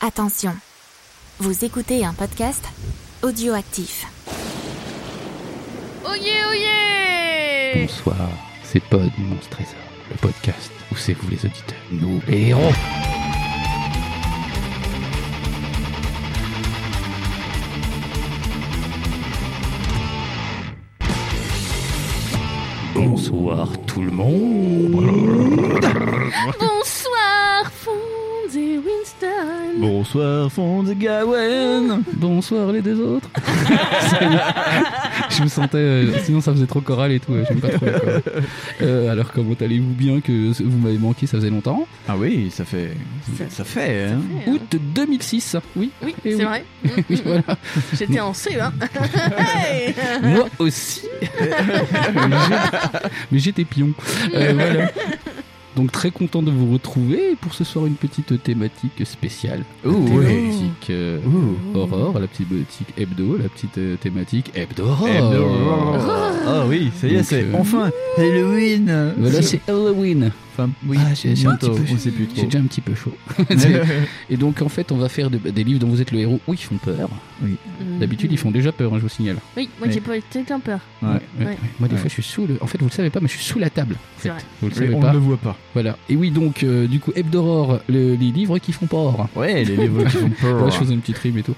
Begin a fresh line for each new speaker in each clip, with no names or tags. Attention, vous écoutez un podcast audioactif.
Oyez, oyez
Bonsoir, c'est Pod Monstre Trésor, le podcast où c'est vous les auditeurs, nous les héros. Bonsoir tout le monde.
Bonsoir, Fonz et Winston
Bonsoir Fonde Gawen
Bonsoir les deux autres. Salut. je me sentais, euh, sinon ça faisait trop choral et tout. euh, J'aime pas trop. le choral. Euh, alors comment allez-vous bien que vous m'avez manqué, ça faisait longtemps.
Ah oui, ça fait... Ça, fait, hein
Août 2006, oui.
Oui,
Eh
c'est
oui.
vrai. Mm, mm,
Voilà.
mm. J'étais en CE1. Hey
Moi aussi. Mais j'étais pion. Euh, voilà. Donc très content de vous retrouver Et pour ce soir une petite thématique spéciale.
Oh,
La
ouais.
thématique euh,
Ouh.
Aurore, la petite boutique hebdo, la petite euh, thématique hebdo.
Eh ben, Ah oui, ça y est,
Oh. Donc,
c'est
euh,
enfin Halloween
Voilà, c'est Halloween.
Enfin, oui,
Ah, j'ai- j'ai un
bientôt,
petit peu-
on sait plus
J'ai
trop.
déjà un petit peu chaud. Et donc en fait on va faire de- des livres dont vous êtes le héros. Oui, ils font peur. D'habitude ils font déjà peur, hein, je vous signale.
Oui, moi j'ai pas été qu'un peur.
Ouais.
Ouais.
Moi des
Ouais.
fois je suis sous le... En fait vous le savez pas mais je suis sous la table. en
C'est
fait.
vrai.
Vous le
Mais
savez
on
pas.
ne le voit pas.
Voilà. Et oui, donc, euh, du coup, Hebdoror, le- les livres qui font pas or.
Ouais, les livres qui font peur.
Ouais, je faisais une petite rime et tout.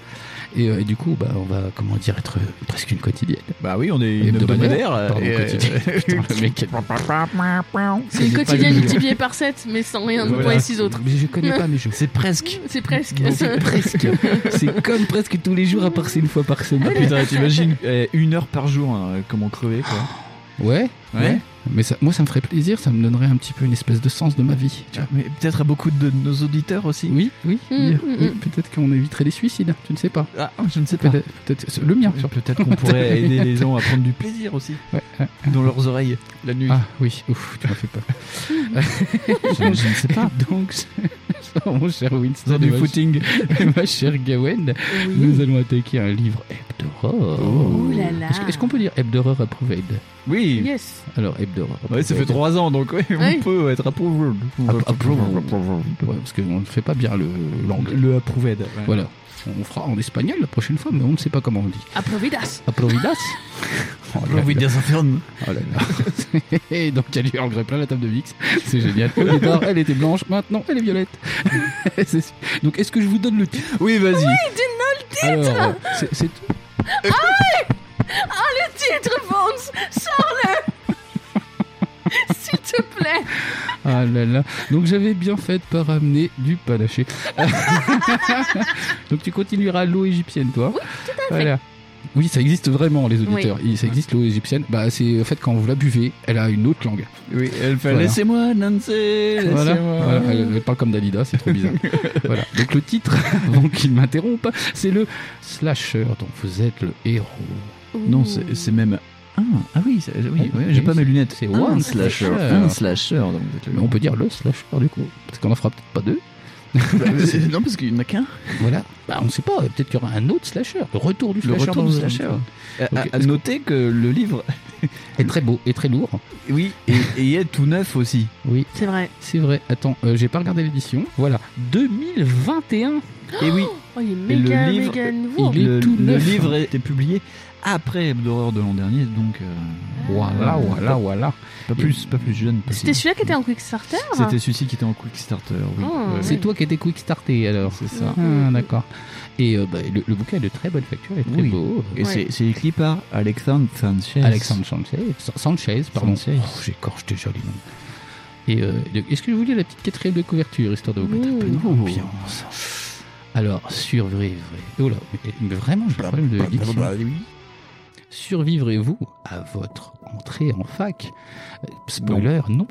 Et, euh, et du coup, bah, on va, comment dire, être euh, presque une quotidienne.
Bah oui, on est
Et
une
hebdomadaire.
hebdomadaire.
Pardon,
et, euh,
quotidienne. Putain, le mec, quel-
C'est
n'est
le
pas
quotidien
le meilleur.
multiplié par 7, mais sans rien de
Voilà.
moi et 6 autres.
Mais je connais pas, mais je.
C'est presque.
C'est presque.
Non, C'est presque. C'est comme presque tous les jours, à part c'est une fois par
Ah
semaine.
putain, t'imagines eh, une heure par jour, hein, comment crever quoi.
Ouais.
Ouais.
Mais ça, moi, ça me ferait plaisir. Ça me donnerait un petit peu une espèce de sens de ma vie. tu vois.
Mais peut-être à beaucoup de nos auditeurs aussi.
Oui, oui.
Mm, mm,
oui,
mm.
Peut-être qu'on éviterait les suicides. Tu ne sais pas.
Ah, je ne sais pas.
Peut-être peut-être- le mien. surtout.
Peut-être qu'on pourrait aider les gens à prendre du plaisir aussi
Ouais.
dans leurs oreilles la nuit.
Ah oui. Ouf, tu m'as fait peur.
je, je ne sais pas.
Donc, mon cher Winston,
Dans
et
du
ma-
footing.
et ma chère Gawen, nous allons attaquer un livre hebdoror.
Ouh là là.
Est-ce, est-ce qu'on peut dire hebdoror approved
Oui.
Yes.
Alors, hebdoror.
Ouais, ça fait 3 ans, donc ouais, on
Ouais.
peut être approuvé.
App- approuvé. Ouais, parce qu'on ne fait pas bien le, l'anglais.
Le approuvé. ouais.
Voilà. On fera en espagnol la prochaine fois, mais on ne sait pas comment on dit.
Approvidas.
Approvidas Oh là là.
des infirmes.
Oh là là. Et donc elle lui engrais plein la table de Vix. C'est génial. Au départ, elle était blanche, maintenant elle est violette. C'est- donc est-ce que je vous donne le titre
Oui, vas-y.
Alors, euh, c'est, c'est-
Titre Fonz, sors-le S'il te plaît.
Ah là là. Donc j'avais bien fait de pas ramener du panaché. Donc tu continueras l'eau égyptienne, toi. Oui, tout à fait. Oui, ça existe vraiment, les auditeurs. Il- Ça existe l'eau égyptienne. Bah, c'est en fait quand vous la buvez, elle a une autre langue.
Oui, elle fait
Voilà.
Laissez-moi, Nancy. Laissez-moi.
Voilà. Voilà, Elle, elle parle comme Dalida, c'est trop bizarre. voilà. Donc le titre, avant qu'il m'interrompe, c'est le slasher dont vous êtes le héros.
Non, c'est c'est même. Ah, ah oui, ça- oui,
Oui,
ouais, j'ai
oui,
pas mes lunettes.
c'est
un
one
slasher.
slasher.
Un slasher. donc vous êtes le-
Mais on peut dire le slasher du coup, parce qu'on en fera peut-être pas deux.
Euh, non, parce qu'il n'y en a qu'un.
Voilà. Bah, on sait pas. Peut-être qu'il y aura un autre slasher. Le retour du
Le
slasher.
retour
dans
du
le-
slasher. À, Euh, à-
Ok.
à noter que le livre,
est très beau et très lourd.
oui, et, et est tout neuf aussi.
Oui,
C'est vrai.
c'est vrai. Attends, euh, j'ai pas regardé l'édition. Voilà, 2021.
Et oui,
Oh, il est
le
méga,
livre-
méga nouveau.
Il est
le,
tout
le
neuf.
livre a été publié après Hebdo Horror de l'an dernier, donc euh,
Voilà, voilà, voilà.
pas plus, pas plus jeune. pas
C'était
plus-
celui-là qui était en Quickstarter
C'était celui-ci qui était en quick starter. Oui.
Oh.
Ouais.
C'est toi qui étais quick starté alors.
C'est ça.
Ah, d'accord. Et euh, bah, le, le bouquin est de très bonne facture et très
Oui.
beau.
Et
Ouais.
c'est- c'est écrit par Alexandre Sanchez.
Alexandre Sanchez, Sa- Sanchez, pardon.
Sanchez.
Oh, j'écorche déjà les noms. Et euh, est-ce que je vous lis la petite quatrième de couverture, histoire de vous mettre un peu
Ouh.
dans l'ambiance Alors, survivre. Oh là, mais, mais vraiment, j'ai un problème de diction.
hein.
Survivrez-vous à votre entrée en fac Euh, Spoiler, non.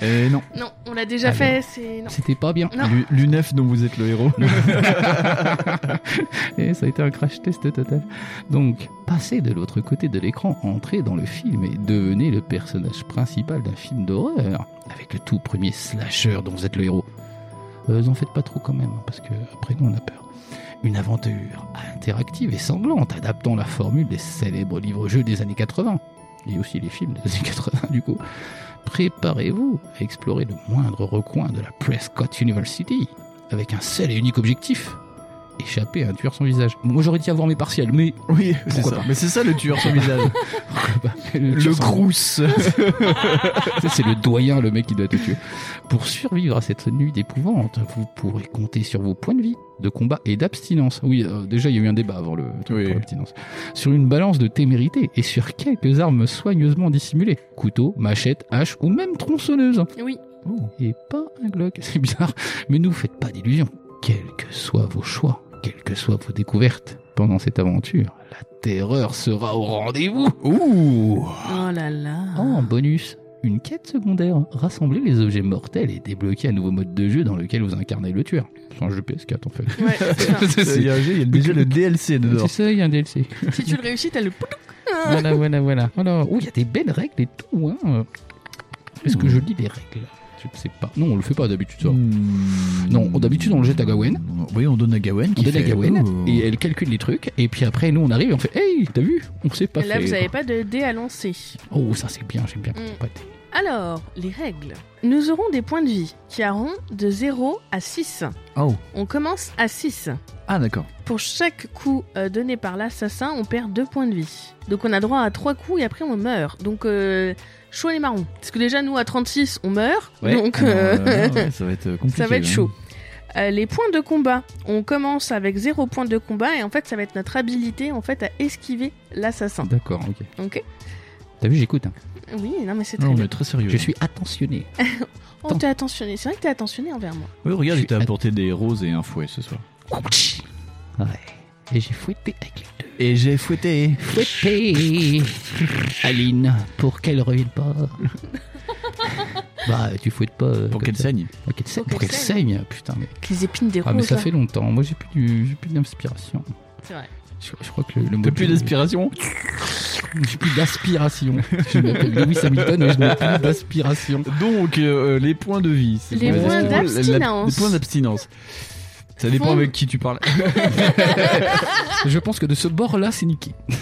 Eh non,
Non, on l'a déjà
Alors.
fait, c'est. Non.
C'était pas bien.
Non.
Lu- l'UNEF dont vous êtes le héros.
Et ça a été un crash test total. Donc, passez de l'autre côté de l'écran, entrez dans le film et devenez le personnage principal d'un film d'horreur, avec le tout premier slasher dont vous êtes le héros. Euh, n'en faites pas trop quand même, hein, parce que après nous on a peur. Une aventure interactive et sanglante, adaptant la formule des célèbres livres-jeux des années 80, et aussi les films des années 80 du coup. Préparez-vous à explorer le moindre recoin de la Prescott University avec un seul et unique objectif échapper à un tueur sans visage. Moi j'aurais dit avoir mes partiels, mais
Oui, c'est
Pourquoi
ça.
pas.
Mais c'est ça le tueur sur visage.
bah,
le
tueur sans-
Crous.
Ça, c'est le doyen, le mec qui doit te tuer. Pour survivre à cette nuit d'épouvante, vous pourrez compter sur vos points de vie, de combat et d'abstinence. Oui, euh, déjà, il y a eu un débat avant le truc
Oui.
pour l'abstinence. Sur une balance de témérité et sur quelques armes soigneusement dissimulées. Couteau, machette, hache ou même tronçonneuse.
Oui.
Oh. Et pas un Glock, c'est bizarre. Mais ne vous faites pas d'illusions. Quels que soient vos choix, quelles que soient vos découvertes, pendant cette aventure, la terreur sera au rendez-vous.
Ouh.
Oh là là.
En bonus, une quête secondaire. Rassembler les objets mortels et débloquer un nouveau mode de jeu dans lequel vous incarnez le tueur. C'est un jeu PS4 en fait.
Ouais, c'est ça.
C'est-
Il y
c'est-
a il y a déjà le DLC dedans.
c'est ça, il y a un DLC.
si tu le réussis, t'as le poulouc.
voilà, voilà, voilà. Alors, oh, il y a des belles règles et tout. hein. Euh, Est-ce que je lis les règles Je ne sais pas. Non, on le fait pas d'habitude ça.
Hmm.
Non, d'habitude, on le jette à Gawain.
Oui, on donne à Gawain.
On
qui
donne à
fait,
Gawain
oh.
et elle calcule les trucs et puis après nous on arrive et on fait Hey, t'as vu On sait pas
Là,
fait.
vous avez pas de dés à lancer.
Oh, ça c'est bien, j'aime bien quand
Mm.
on pâte.
Alors, les règles. Nous aurons des points de vie qui iront de 0 à 6.
Oh.
On commence à 6.
Ah, d'accord.
Pour chaque coup euh, donné par l'assassin, on perd 2 points de vie. Donc on a droit à 3 coups et après on meurt. Donc euh, chaud les marrons. Parce que déjà nous à 36 on meurt.
Ouais.
Donc
Alors,
euh,
euh, ouais, ça va être compliqué. hein.
ça va être
là.
chaud. Euh, les points de combat. On commence avec 0 points de combat et en fait ça va être notre habilité en fait à esquiver l'assassin.
D'accord, ok.
Ok
T'as vu, j'écoute. hein.
Oui, non mais c'est très
Non, on
bien.
est très sérieux. hein.
Je suis attentionné.
Oh t'es attentionné. C'est vrai que t'es attentionné envers moi.
Oui, regarde,
Je
il t'a
suis-
apporté des roses et un fouet ce soir.
Ouais. Et j'ai fouetté avec les deux.
Et j'ai fouetté.
Fouetté Aline, pour qu'elle revienne pas. bah, tu fouettes pas. euh,
Pour
comme
qu'elle
ça.
saigne.
Pour qu'elle saigne.
Pour
Pour
qu'elle
qu'elle saigne, putain. Mais...
Avec les épines des
Ah, mais
roses.
ça
là.
fait longtemps. Moi, j'ai plus du- j'ai plus d'inspiration.
C'est vrai.
Je, je crois que le, le mot.
T'as plus d'aspiration
J'ai plus d'aspiration. je m'appelle Lewis Hamilton, mais je n'ai plus d'aspiration.
Donc, euh, les points de vie. c'est-
Les
Ouais,
points
la- la-
d'abstinence.
Les points d'abstinence. Ça dépend
Fond-
avec qui tu parles.
Je pense que de ce bord-là, c'est niqué. C'est-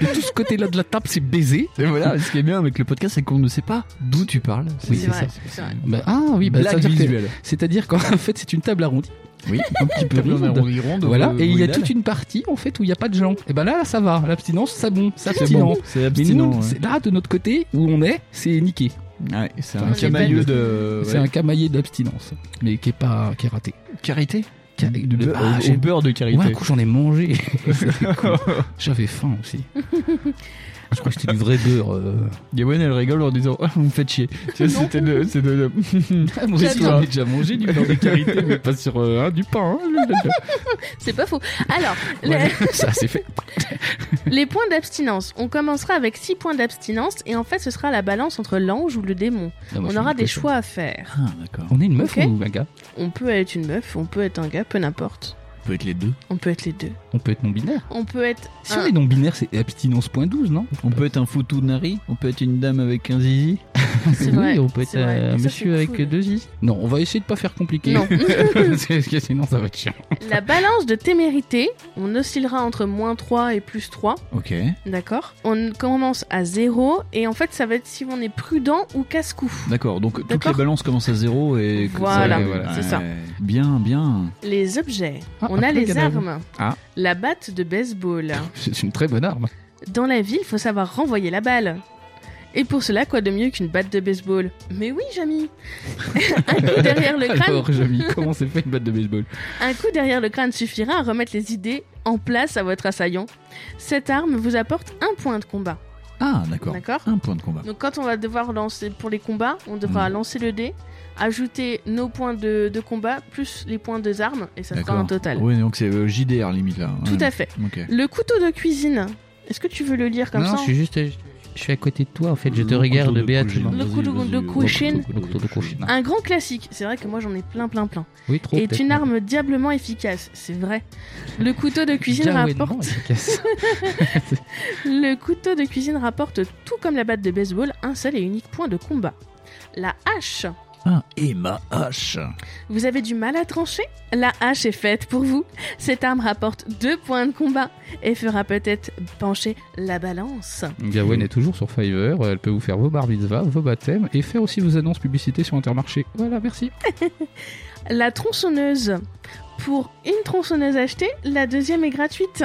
de tout ce côté-là de la table, c'est baisé.
Et voilà, ce qui est bien avec le podcast, c'est qu'on ne sait pas d'où tu parles.
Oui,
C'est
c'est
vrai.
ça.
C'est vrai.
Bah, ah oui, bah, ça veut
Blague
dire que-
visuelle.
c'est-à-dire qu'en fait, c'est une table arrondie.
Oui, un petit peu
Ronde.
ronde.
Voilà,
euh,
et il y a
mondiale.
toute une partie en fait où il n'y a pas de gens. Et ben là, là, ça va, l'abstinence, ça bon, c'est
C'est
abstinent.
bon, c'est
Mais
abstinent. hein.
nous,
ouais.
c'est là de notre côté où on est, c'est niqué.
Ouais, c'est
On
un
est
camailleux
belle.
de.
C'est un camaillé d'abstinence, mais qui est pas, qui est raté.
carité
Ca-
de beurre,
Ah,
Mmh. Euh, au- au
j'ai-
beurre de
Ouais, un
carité.
coup j'en ai mangé. C'était cool. J'avais faim aussi. Je crois que c'était du vrai beurre. euh.
Gawain, elle rigole en disant oh,
Ah,
Vous me faites chier. Tu sais,
Non.
C'était le. c'est le- le-
Moi
J'adore.
aussi, j'en ai déjà mangé du beurre de karité, mais pas sur euh, hein, du pain. hein.
C'est pas faux. Alors, les-
Ouais, ça c'est fait.
Les points d'abstinence. On commencera avec 6 points d'abstinence et en fait ce sera la balance entre l'ange ou le démon.
Non, moi,
on
je
aura
suis
des
niqué,
choix à faire.
Ah, d'accord.
ça. On est une meuf
Ok.
ou un gars
On peut être une meuf, on peut être un gars, peu n'importe.
On peut être les deux.
On peut être les deux.
On peut être non binaire.
On peut être...
Si
un-
on est non binaire, c'est abstinence.12, non
On peut être un foutou de nari. On peut être une dame avec un zizi.
C'est vrai,
Ah, Oui, on peut être
c'est vrai.
euh,
Ça, c'est
monsieur avec
cool.
deux i. Non, on va essayer de pas faire compliqué.
Non.
Parce que sinon, ça va être chiant.
La balance de témérité, on oscillera entre moins 3 et plus 3,
Ok.
d'accord On commence à 0 et en fait ça va être si on est prudent ou casse-cou.
D'accord. Donc toutes
D'accord.
les balances commencent à zéro et.
Voilà,
Ouais,
c'est ça.
Bien, bien.
Les objets,
Ah,
on a
un
les
plug à balles.
armes.
Ah.
La batte de baseball.
C'est une très bonne arme.
Dans la vie, il faut savoir renvoyer la balle. Et pour cela, quoi de mieux qu'une batte de baseball Mais oui, Jamie Un coup derrière le crâne,
Alors, Jamy, comment c'est fait une batte de baseball
un coup derrière le crâne suffira à remettre les idées en place à votre assaillant. Cette arme vous apporte un point de combat,
Ah, d'accord.
d'accord
Un point de combat.
Donc quand on va devoir lancer pour les combats, on devra
Mm.
lancer le dé, ajouter nos points de, de combat plus les points des armes, et ça fera
D'accord.
un total.
Oui, donc c'est euh, JDR limite là.
Tout à fait.
fait. Ok.
Le couteau de cuisine. Est-ce que tu veux le lire comme
Non,
ça
je suis juste. Je, je suis à côté Mmh, de toi, en fait. Je te
Le
regarde,
couteau de
Béat.
Kujin.
Le couteau
Vas-y,
de
vas-y.
Kujin.
Le couteau de Kujin.
Un grand classique. C'est vrai que moi j'en ai plein, plein, plein.
Oui, trop.
est
Oh, peut-être.
une arme diablement efficace, c'est vrai. Le couteau de cuisine
Diablement
rapporte
efficace.
le couteau de cuisine rapporte tout comme la batte de baseball un seul et unique point de combat. La hache.
Ah, et ma hache.
Vous avez du mal à trancher La hache est faite pour vous. Cette arme rapporte deux points de combat et fera peut-être pencher la balance.
Gawain est toujours sur Fiverr. Elle peut vous faire vos bar mitzvahs, vos baptêmes et faire aussi vos annonces publicités sur Intermarché. Voilà, merci.
La tronçonneuse. Pour une tronçonneuse achetée, la deuxième est gratuite.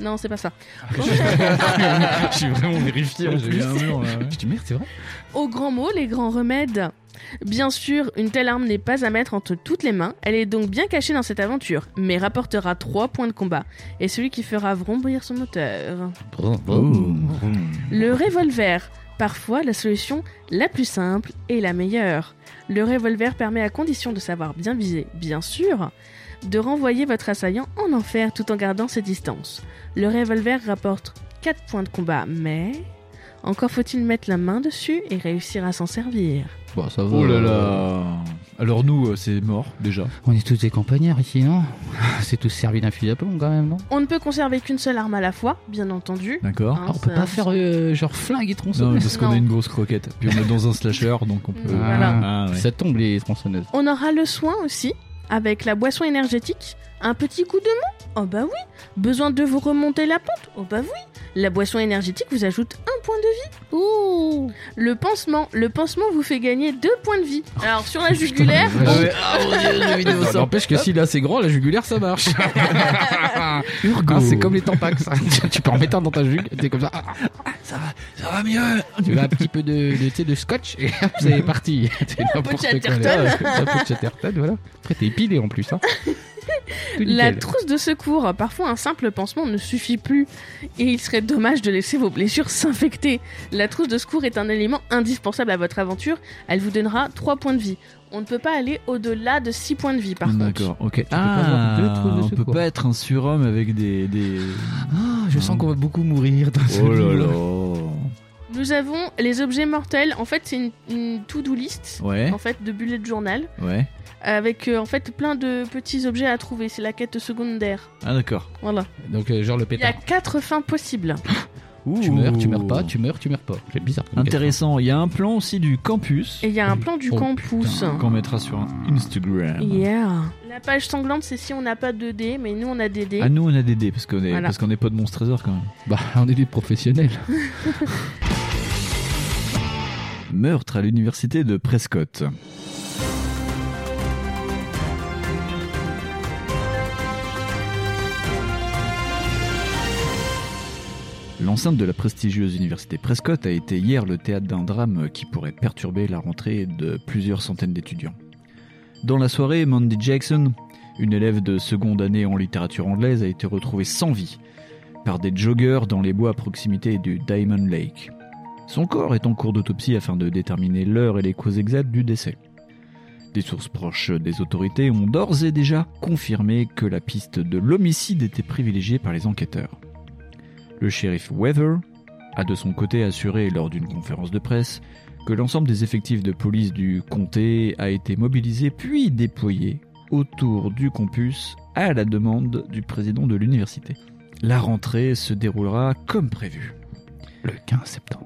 Non, c'est pas ça.
Je suis vraiment vérifié en
J'ai eu
plus.
un mur, là, ouais.
Je dis merde, c'est vrai.
Au grand mot, les grands remèdes. Bien sûr, une telle arme n'est pas à mettre entre toutes les mains, elle est donc bien cachée dans cette aventure, mais rapportera 3 points de combat, et celui qui fera vrombir son moteur.
Oh.
Le revolver. Parfois, la solution la plus simple est la meilleure. Le revolver permet, à condition de savoir bien viser, bien sûr, de renvoyer votre assaillant en enfer tout en gardant ses distances. Le revolver rapporte 4 points de combat, mais... Encore faut-il mettre la main dessus et réussir à s'en servir.
Bon, Bah, ça va.
Oh là là. Alors nous, euh, c'est mort déjà.
On est tous des campagnards ici, non C'est tous servi d'un fusil à plomb quand même, non
On ne peut conserver qu'une seule arme à la fois, bien entendu.
D'accord.
Hein,
Ah, On peut
ça-
pas faire euh, genre flingue et
Non,
tronçonneuse.
parce qu'on
Non.
a une grosse croquette. Puis on est dans un slasher, donc on peut.
Voilà.
Ah, ouais.
Ça tombe les tronçonneuses.
On aura le soin aussi, avec la boisson énergétique. Un petit coup de mou Oh bah oui Besoin de vous remonter la pente Oh bah oui La boisson énergétique vous ajoute un point de vie. Ouh Le pansement. Le pansement vous fait gagner deux points de vie. Alors sur la jugulaire...
Oh. Putain, la vache.
Ah, Ça
Ça n'empêche que si là c'est grand, la jugulaire ça marche.
Urgo.
Hein, c'est comme les tampax. tu peux en mettre un dans ta jugue, t'es comme ça. ah, ah,
va mieux.
tu veux un petit peu de, de, tu sais, de scotch et hop, c'est parti. T'es n'importe quoi,
Chatterton.
là. Un peu de Chatterton, voilà. Après t'es épilé en plus. Hein. Tout
La
nickel.
trousse de secours, parfois un simple pansement ne suffit plus et il serait dommage de laisser vos blessures s'infecter. La trousse de secours est un élément indispensable à votre aventure, elle vous donnera 3 points de vie. On ne peut pas aller au-delà de 6 points de vie par contre.
D'accord, ok. Ah,
pas avoir deux trous de
on peut
secours.
pas être un surhomme avec des. des...
Ah, je sens qu'on va beaucoup mourir dans
Oh
ce livre.
là.
Nous avons les objets mortels, en fait c'est une, une to-do list
Ouais,
en fait de bullet journal
ouais.
avec euh, en fait plein de petits objets à trouver, c'est la quête secondaire.
Ah, d'accord.
Voilà.
Donc euh, genre le
Il y a
pétard.
4 fins possibles.
Tu meurs, tu meurs pas, tu meurs, tu meurs pas. C'est bizarre. comme
Oh. Intéressant, il y a un plan aussi du campus
Et il y a un plan du
Oh,
campus.
putain.
qu'on mettra sur Instagram.
Yeah. La page sanglante, c'est si on n'a pas de dés, mais nous on a des dés.
Ah, nous on a des dés parce qu'on est,
Voilà.
parce qu'on est pas de monstre trésor quand même.
Bah, on est des professionnels.
Meurtre à l'université de Prescott. L'enceinte de la prestigieuse université Prescott a été hier le théâtre d'un drame qui pourrait perturber la rentrée de plusieurs centaines d'étudiants. Dans la soirée, Mandy Jackson, une élève de seconde année en littérature anglaise, a été retrouvée sans vie par des joggeurs dans les bois à proximité du Diamond Lake. Son corps est en cours d'autopsie afin de déterminer l'heure et les causes exactes du décès. Des sources proches des autorités ont d'ores et déjà confirmé que la piste de l'homicide était privilégiée par les enquêteurs. Le shérif Weather a de son côté assuré lors d'une conférence de presse que l'ensemble des effectifs de police du comté a été mobilisé puis déployé autour du campus à la demande du président de l'université. La rentrée se déroulera comme prévu.
Le 15 septembre.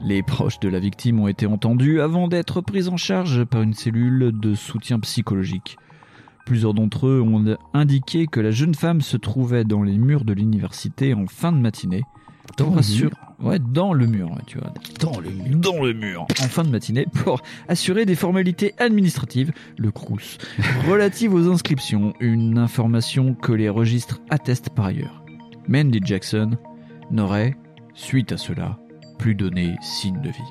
Les proches de la victime ont été entendus avant d'être pris en charge par une cellule de soutien psychologique. Plusieurs d'entre eux ont indiqué que la jeune femme se trouvait dans les murs de l'université en fin de matinée.
Dans le
assur-
mur.
Ouais, dans le mur, ouais, tu vois.
Dans le mur.
Dans le mur. Mmh. En fin de matinée, pour assurer des formalités administratives, le CRUS, relatives aux inscriptions, une information que les registres attestent par ailleurs. Mandy Jackson n'aurait, suite à cela, plus donné signe de vie.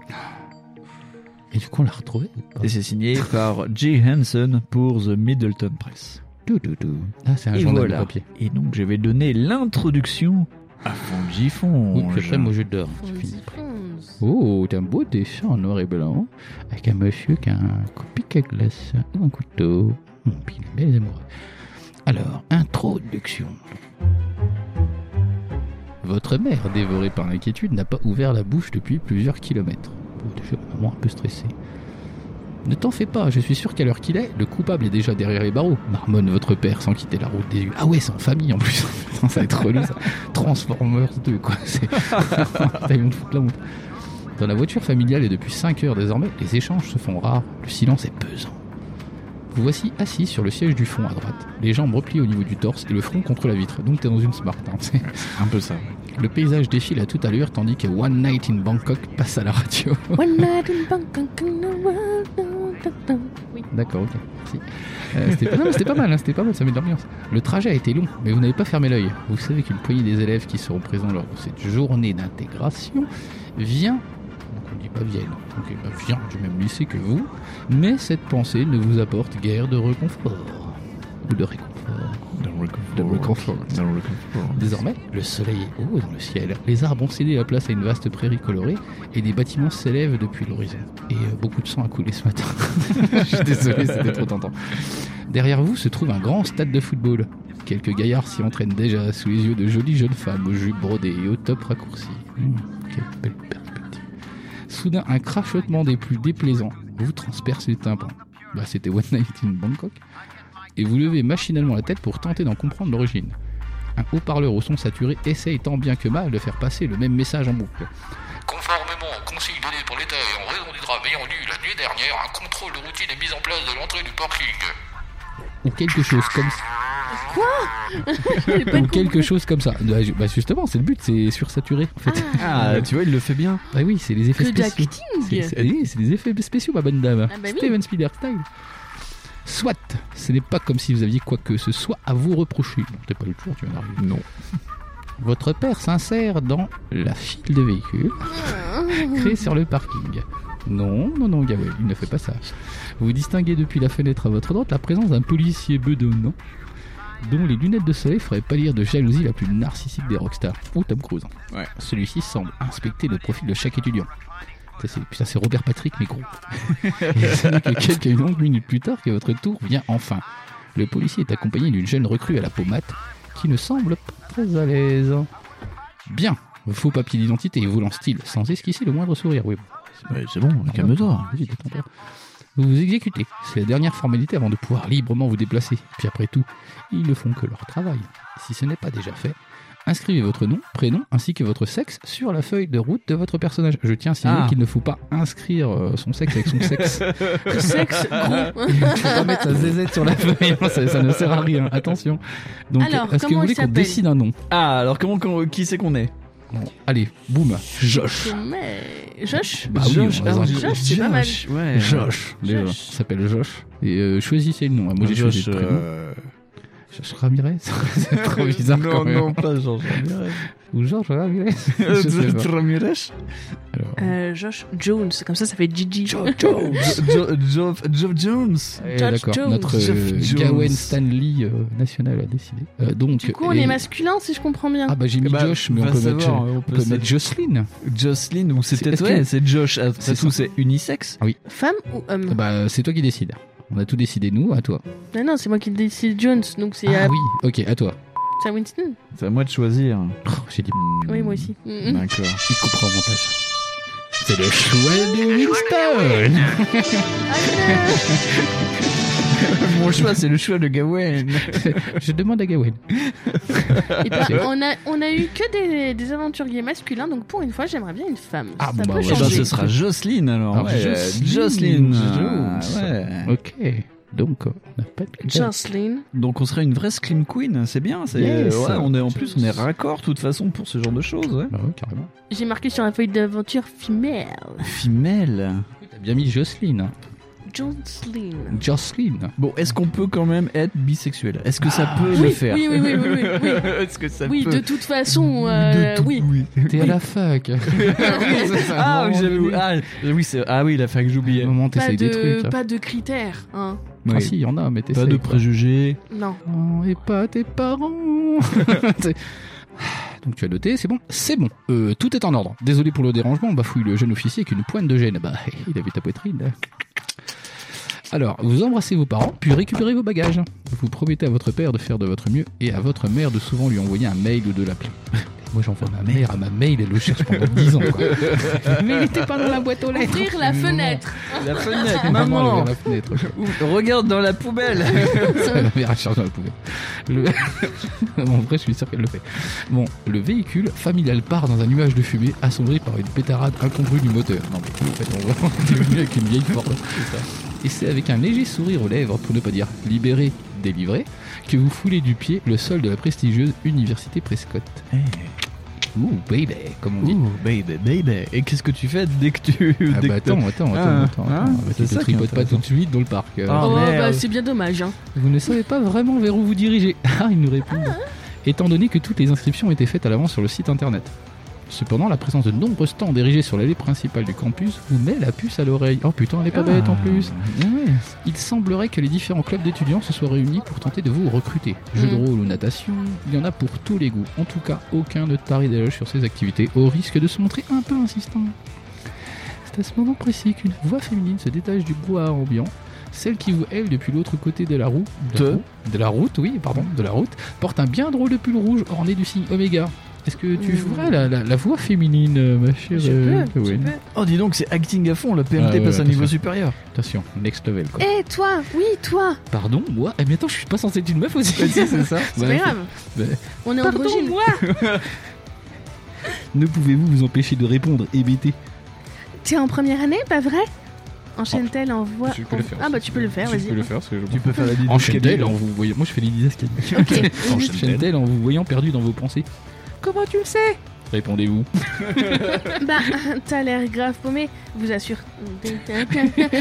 Et du coup, on l'a retrouvé ou pas
Et c'est signé par Jay Hansen pour The Middleton Press.
Dou, dou, dou. Ah, c'est un
Et
journal
voilà.
de papier.
Et donc je vais donner l'introduction à Fonji
Oui,
Fonge.
je ferai mon jeu d'or.
On
C'est
dit
fini.
fonce.
Oh, t'as un beau dessin en noir et blanc, avec un monsieur qui a un pic à glace ou un couteau. Mon pile, belles amoureux. Alors, introduction. Votre mère, dévorée par l'inquiétude, n'a pas ouvert la bouche depuis plusieurs kilomètres. Bon, déjà, maman un peu stressée. Ne t'en fais pas, je suis sûr qu'à l'heure qu'il est, le coupable est déjà derrière les barreaux. Marmonne votre père sans quitter la route des yeux. Ah ouais, c'est en famille en plus. Putain, ça va être relou ça. Transformers 2 quoi. C'est... Putain, ils vont te foutre la honte. Dans la voiture familiale et depuis 5 heures désormais, les échanges se font rares, le silence est pesant. Vous voici assis sur le siège du fond à droite, les jambes repliées au niveau du torse et le front contre la vitre, donc t'es dans une smart. hein, t'sais.
Un peu ça.
le paysage défile à toute allure tandis que One Night in Bangkok passe à la radio.
One night in Bangkok, in the world, no one tintin.
D'accord, ok, merci. Euh, c'était pas, non, mais c'était pas mal, hein, c'était pas mal, ça met de l'ambiance. Le trajet a été long, mais vous n'avez pas fermé l'œil. Vous savez qu'une poignée des élèves qui seront présents lors de cette journée d'intégration vient, donc on dit pas viennent, donc eh ben, vient du même lycée que vous, mais cette pensée ne vous apporte guère de réconfort. Ou de réconfort.
The
Double comfort. Désormais, le soleil est haut dans le ciel. Les arbres ont cédé la place à une vaste prairie colorée et des bâtiments s'élèvent depuis l'horizon. Et euh, beaucoup de sang a coulé ce matin. Je suis désolé, c'était trop tentant. Derrière vous se trouve un grand stade de football. Quelques gaillards s'y entraînent déjà sous les yeux de jolies jeunes femmes aux jupes brodées et au top raccourci. Mmh, quelle belle perspective. Soudain, un crachotement des plus déplaisants vous transperce les tympans. Bah, c'était One Night in Bangkok. Et vous levez machinalement la tête pour tenter d'en comprendre l'origine. Un haut-parleur au son saturé essaye tant bien que mal de faire passer le même message en boucle.
Conformément au conseil donné pour l'État et en raison du drame ayant lieu la nuit dernière, un contrôle de routine est mis en place de l'entrée du parking.
Ou quelque chose comme
J'ai pas
ou quelque
compris.
chose comme ça. Bah, ju- bah, justement, c'est le but, c'est sursaturé en fait.
Ah, tu vois, il le fait bien.
Bah oui, c'est les effets
Que
spéciaux. C'est-
d'acting
C'est oui, c'est des effets spéciaux, ma bonne dame.
Ah bah oui.
Steven Spielberg style. Soit, ce n'est pas comme si vous aviez quoi que ce soit à vous reprocher. Bon, t'es pas le tour, tu vas d'arriver.
Non.
Votre père s'insère dans la file de véhicules
Ah.
créée sur le parking. Non, non, non, Gabriel, il ne fait pas ça. Vous distinguez depuis la fenêtre à votre droite la présence d'un policier bedonnant dont les lunettes de soleil feraient pâlir de jalousie la plus narcissique des rockstars, ou Tom Cruise.
Ouais.
Celui-ci semble inspecter le profil de chaque étudiant. Ça, c'est- Putain, c'est Robert Patrick, mais gros. Et ce n'est que quelques longues minutes plus tard que votre tour vient enfin. Le policier est accompagné d'une jeune recrue à la peau mate qui ne semble pas très à l'aise. Bien, faux papier d'identité et vous lance-t-il sans esquisser le moindre sourire. Oui, bon,
Ouais, c'est bon, calme-toi.
Vas-y, détends-toi. Vous vous exécutez. C'est la dernière formalité avant de pouvoir librement vous déplacer. Puis après tout, ils ne font que leur travail. Si ce n'est pas déjà fait, inscrivez votre nom, prénom ainsi que votre sexe sur la feuille de route de votre personnage. Je tiens à signaler
Ah.
qu'il ne faut pas inscrire euh, son sexe avec son sexe.
Le sexe gros.
Il ne faut pas mettre sa zézette sur la feuille. Non, ça, ça ne sert à rien. Attention. Donc,
Alors,
est-ce que vous
comment
voulez
il
qu'on
s'appelle
décide un nom
Ah, alors comment, qu'on- qui c'est qu'on est
Bon, Allez, boum.
Josh.
Mais Josh
Bah oui, on va
ah,
en-
Josh, c'est pas mal.
Josh, ouais.
Josh. Déjà,
Josh.
ça s'appelle Josh. Et euh, choisissez le nom. Moi, j'ai choisi
Josh.
le prénom.
euh,
Josh Ramirez C'est trop bizarre
non,
quand même.
non, pas Josh. Euh,
Ou Georges Ramirez Je sais pas.
Ramirez.
Alors,
Euh, Josh Jones, comme ça ça fait Gigi.
Joe, Joe, Joe, Joe Jones.
eh,
George
D'accord,
Jones.
notre euh,
Jeff Jones.
Gawain Stanley euh, national a décidé. Euh, donc,
Du coup, on
et-
est masculin si je comprends bien.
Ah bah j'ai mis
Bah,
Josh, mais on
va
peut, mettre, euh,
savoir, on
on
peut
peut
se-
mettre Jocelyne.
Jocelyn, ou c'est
C'est-
peut-être
est-ce
ouais,
que-
c'est Josh. Après
C'est
tout, c'est unisexe.
Femme ou homme
Ah Bah c'est toi qui décides. On a tout décidé nous, à toi.
Non, non, c'est moi qui décide Jones, donc c'est
Ah
à,
oui, ok, à toi.
c'est à Winston.
C'est à moi de choisir.
Oh, j'ai dit,
Hmm.
Oui, moi aussi. Mm, mm.
D'accord.
il coupera au montage. C'est le choix de Winston
Ah,
Mon choix, c'est le choix de Gawain.
Je demande à Gawain.
Et ben, on, a, on a eu que des, des aventuriers masculins, donc pour une fois, j'aimerais bien une femme.
Ah,
ça
bon,
peut
bah,
Eh ben,
changer.
ce sera Jocelyn alors.
Ah,
Ouais,
Jocelyn.
Jocelyn.
Jones.
Ah, ouais.
Ok, donc on n'a pas de critères.
Jocelyn.
Donc on serait une vraie scream queen, c'est bien. C'est euh,
Yes.
ouais, on est en plus on est raccord de toute façon pour ce genre de choses. Ouais.
Bah ouais, carrément.
J'ai marqué sur la feuille d'aventure female.
Femelle.
T'as bien mis Jocelyne. hein.
Jocelyn.
Jocelyne.
Bon, est-ce qu'on peut quand même être bisexuel Est-ce que ça peut le
Oui,
faire
oui, oui, oui, oui, oui, oui.
Est-ce que ça
Oui,
peut
de toute façon, euh,
De tout,
oui.
T'es à la fac.
Ah,
À un
oui,
moment
j'avais-
donné.
ah, oui, c'est- ah oui, la fac
À un
j'oubliais.
moment,
Pas
t'essayes des
de,
trucs. hein.
pas de critères, hein.
Oui.
Ah si, il y en a, mais t'essayes.
Pas de
quoi.
préjugés.
Non.
Non, et pas tes parents. C'est- Donc tu as noté, c'est bon C'est bon. Euh, tout est en ordre. Désolé pour le dérangement, on bafouille le jeune officier avec une pointe de gêne. Bah, il avait ta poitrine. Alors, vous embrassez vos parents, puis récupérez vos bagages. Vous promettez à votre père de faire de votre mieux et à votre mère de souvent lui envoyer un mail ou de l'appeler. Moi j'envoie ma mère à ma mail, elle le cherche pendant 10 ans. Quoi. Mais il était pas dans la boîte aux lettres.
Ouvrir la fenêtre.
La fenêtre,
Maman, elle
maman.
ouvre la fenêtre.
Regarde dans la poubelle.
la mère à charge dans la poubelle. Le- en vrai, je suis sûr qu'elle le fait. Bon, le véhicule familial part dans un nuage de fumée assombri par une pétarade incongrue du moteur. Non mais en fait, on voit on est venu avec une vieille Ford. Et c'est avec un léger sourire aux lèvres, pour ne pas dire libéré, délivré, que vous foulez du pied le sol de la prestigieuse université Prescott. Ouh, baby, comme on dit.
Ouh, Eh, baby, baby. Et qu'est-ce que tu fais dès que tu.
Ah
dès
bah
que t'as-
attends, attends, attends,
Ah,
attends,
ah,
attends.
c'est
tu te
ça qui est
tripotes pas tout
intéressant.
de suite dans le parc. euh.
Ah,
Oh, bah
merde.
c'est bien dommage, hein.
Vous ne savez pas vraiment vers où vous dirigez. Ah, ils nous répondent. Étant donné que toutes les inscriptions étaient faites à l'avance sur le site internet. Cependant, la présence de nombreux stands érigés sur l'allée principale du campus vous met la puce à l'oreille. Oh putain, elle est pas bête en plus.
Ah, ouais.
Il semblerait que les différents clubs d'étudiants se soient réunis pour tenter de vous recruter. Jeux de
Mm.
rôle ou natation, il y en a pour tous les goûts. En tout cas, aucun ne tarit d'éloge sur ces activités, au risque de se montrer un peu insistant. C'est à ce moment précis qu'une voix féminine se détache du bois ambiant, celle qui vous hèle depuis l'autre côté de la roue.
De
la roue- de la route, oui, pardon, de la route, porte un bien drôle de pull rouge orné du signe Oméga. Est-ce que tu
Mm.
ferais la, la- la voix féminine, euh, ma chère
Je
euh,
peux, je
Gwen
peux.
Oh, dis donc, c'est acting à fond, la PMT
Ah ouais,
passe à un
tout
niveau
ça.
supérieur.
Attention, next level quoi.
Eh, toi, oui, toi.
Pardon, moi Eh mais attends, je suis pas censé être une meuf aussi
c'est ça.
Bah, C'est
Ouais,
pas grave.
bah,
On est
pardon,
androgyne.
moi Ne pouvez-vous vous empêcher de répondre, hébété
T'es en première année, pas vrai Enchaîne-t-elle en voix.
Je peux
en-
le faire.
Ah bah tu peux le faire, vas-y.
faire, parce que
Tu peux faire la Didascalie.
Enchaîne-t-elle en vous voyant. Moi je fais les didascalies.
Ok.
Enchaîne-t-elle en vous voyant perdu dans vos pensées
Comment tu le sais
Répondez-vous.
Bah, t'as l'air grave paumé, vous assure.
hein.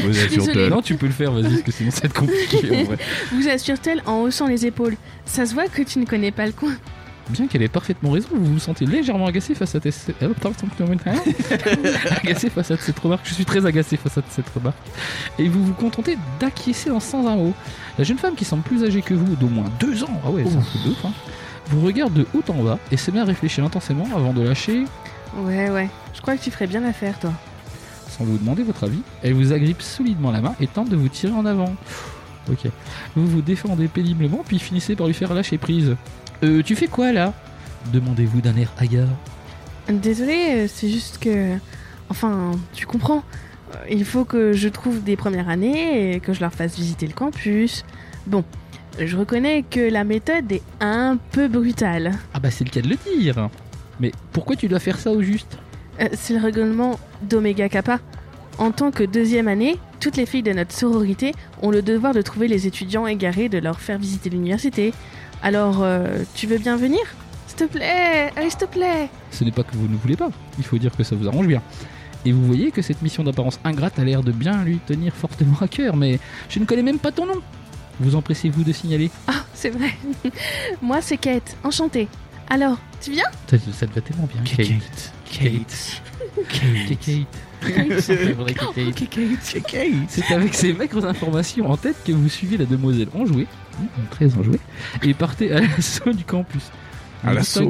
Vous
êtes sur Désolée.
Non, tu peux le faire, vas-y, parce que sinon ça va être compliqué en vrai.
Vous assure-t-elle en haussant les épaules Ça se voit que tu ne connais pas le coin.
Bien qu'elle ait parfaitement raison, vous vous sentez légèrement agacé face à cette... Ah, putain, putain, putain, putain. agacé face à cette remarque. Je suis très agacé face à cette remarque. Et vous vous contentez d'acquiescer en sans un mot. La jeune femme qui semble plus âgée que vous, d'au moins deux ans, ah ouais, c'est un
Ouf.
peu de ouf, hein, vous regarde de haut en bas et se met à réfléchir intensément avant de lâcher,
Ouais, ouais. Je crois que tu ferais bien l'affaire, toi.
sans vous demander votre avis. Elle vous agrippe solidement la main et tente de vous tirer en avant. Ok. Vous vous défendez péniblement puis finissez par lui faire lâcher prise. Euh, tu fais quoi là Demandez-vous d'un air hagard.
Désolée, euh, c'est juste que. Enfin, tu comprends. Euh, Il faut que je trouve des premières années et que je leur fasse visiter le campus. Bon, je reconnais que la méthode est un peu brutale.
Ah bah c'est le cas de le dire. Mais pourquoi tu dois faire ça au juste
Euh, c'est le règlement d'Omega Kappa. En tant que deuxième année, toutes les filles de notre sororité ont le devoir de trouver les étudiants égarés, de leur faire visiter l'université. Alors, euh, tu veux bien venir S'il te plaît, allez, s'il te plaît.
Ce n'est pas que vous ne voulez pas, il faut dire que ça vous arrange bien. Et vous voyez que cette mission d'apparence ingrate a l'air de bien lui tenir fortement à cœur, mais je ne connais même pas ton nom. Vous empressez-vous de signaler
Ah, c'est vrai. Moi, c'est Kate, enchantée. Alors, tu viens
ça, ça te va tellement bien, Kate.
Kate. Kate.
Kate. Kate. C'est vrai que Kate.
Kate. Kate.
C'est avec ces maigres informations en tête que vous suivez la demoiselle enjouée, mmh, très enjouée, et partez à l'assaut du campus. Vous distinguez-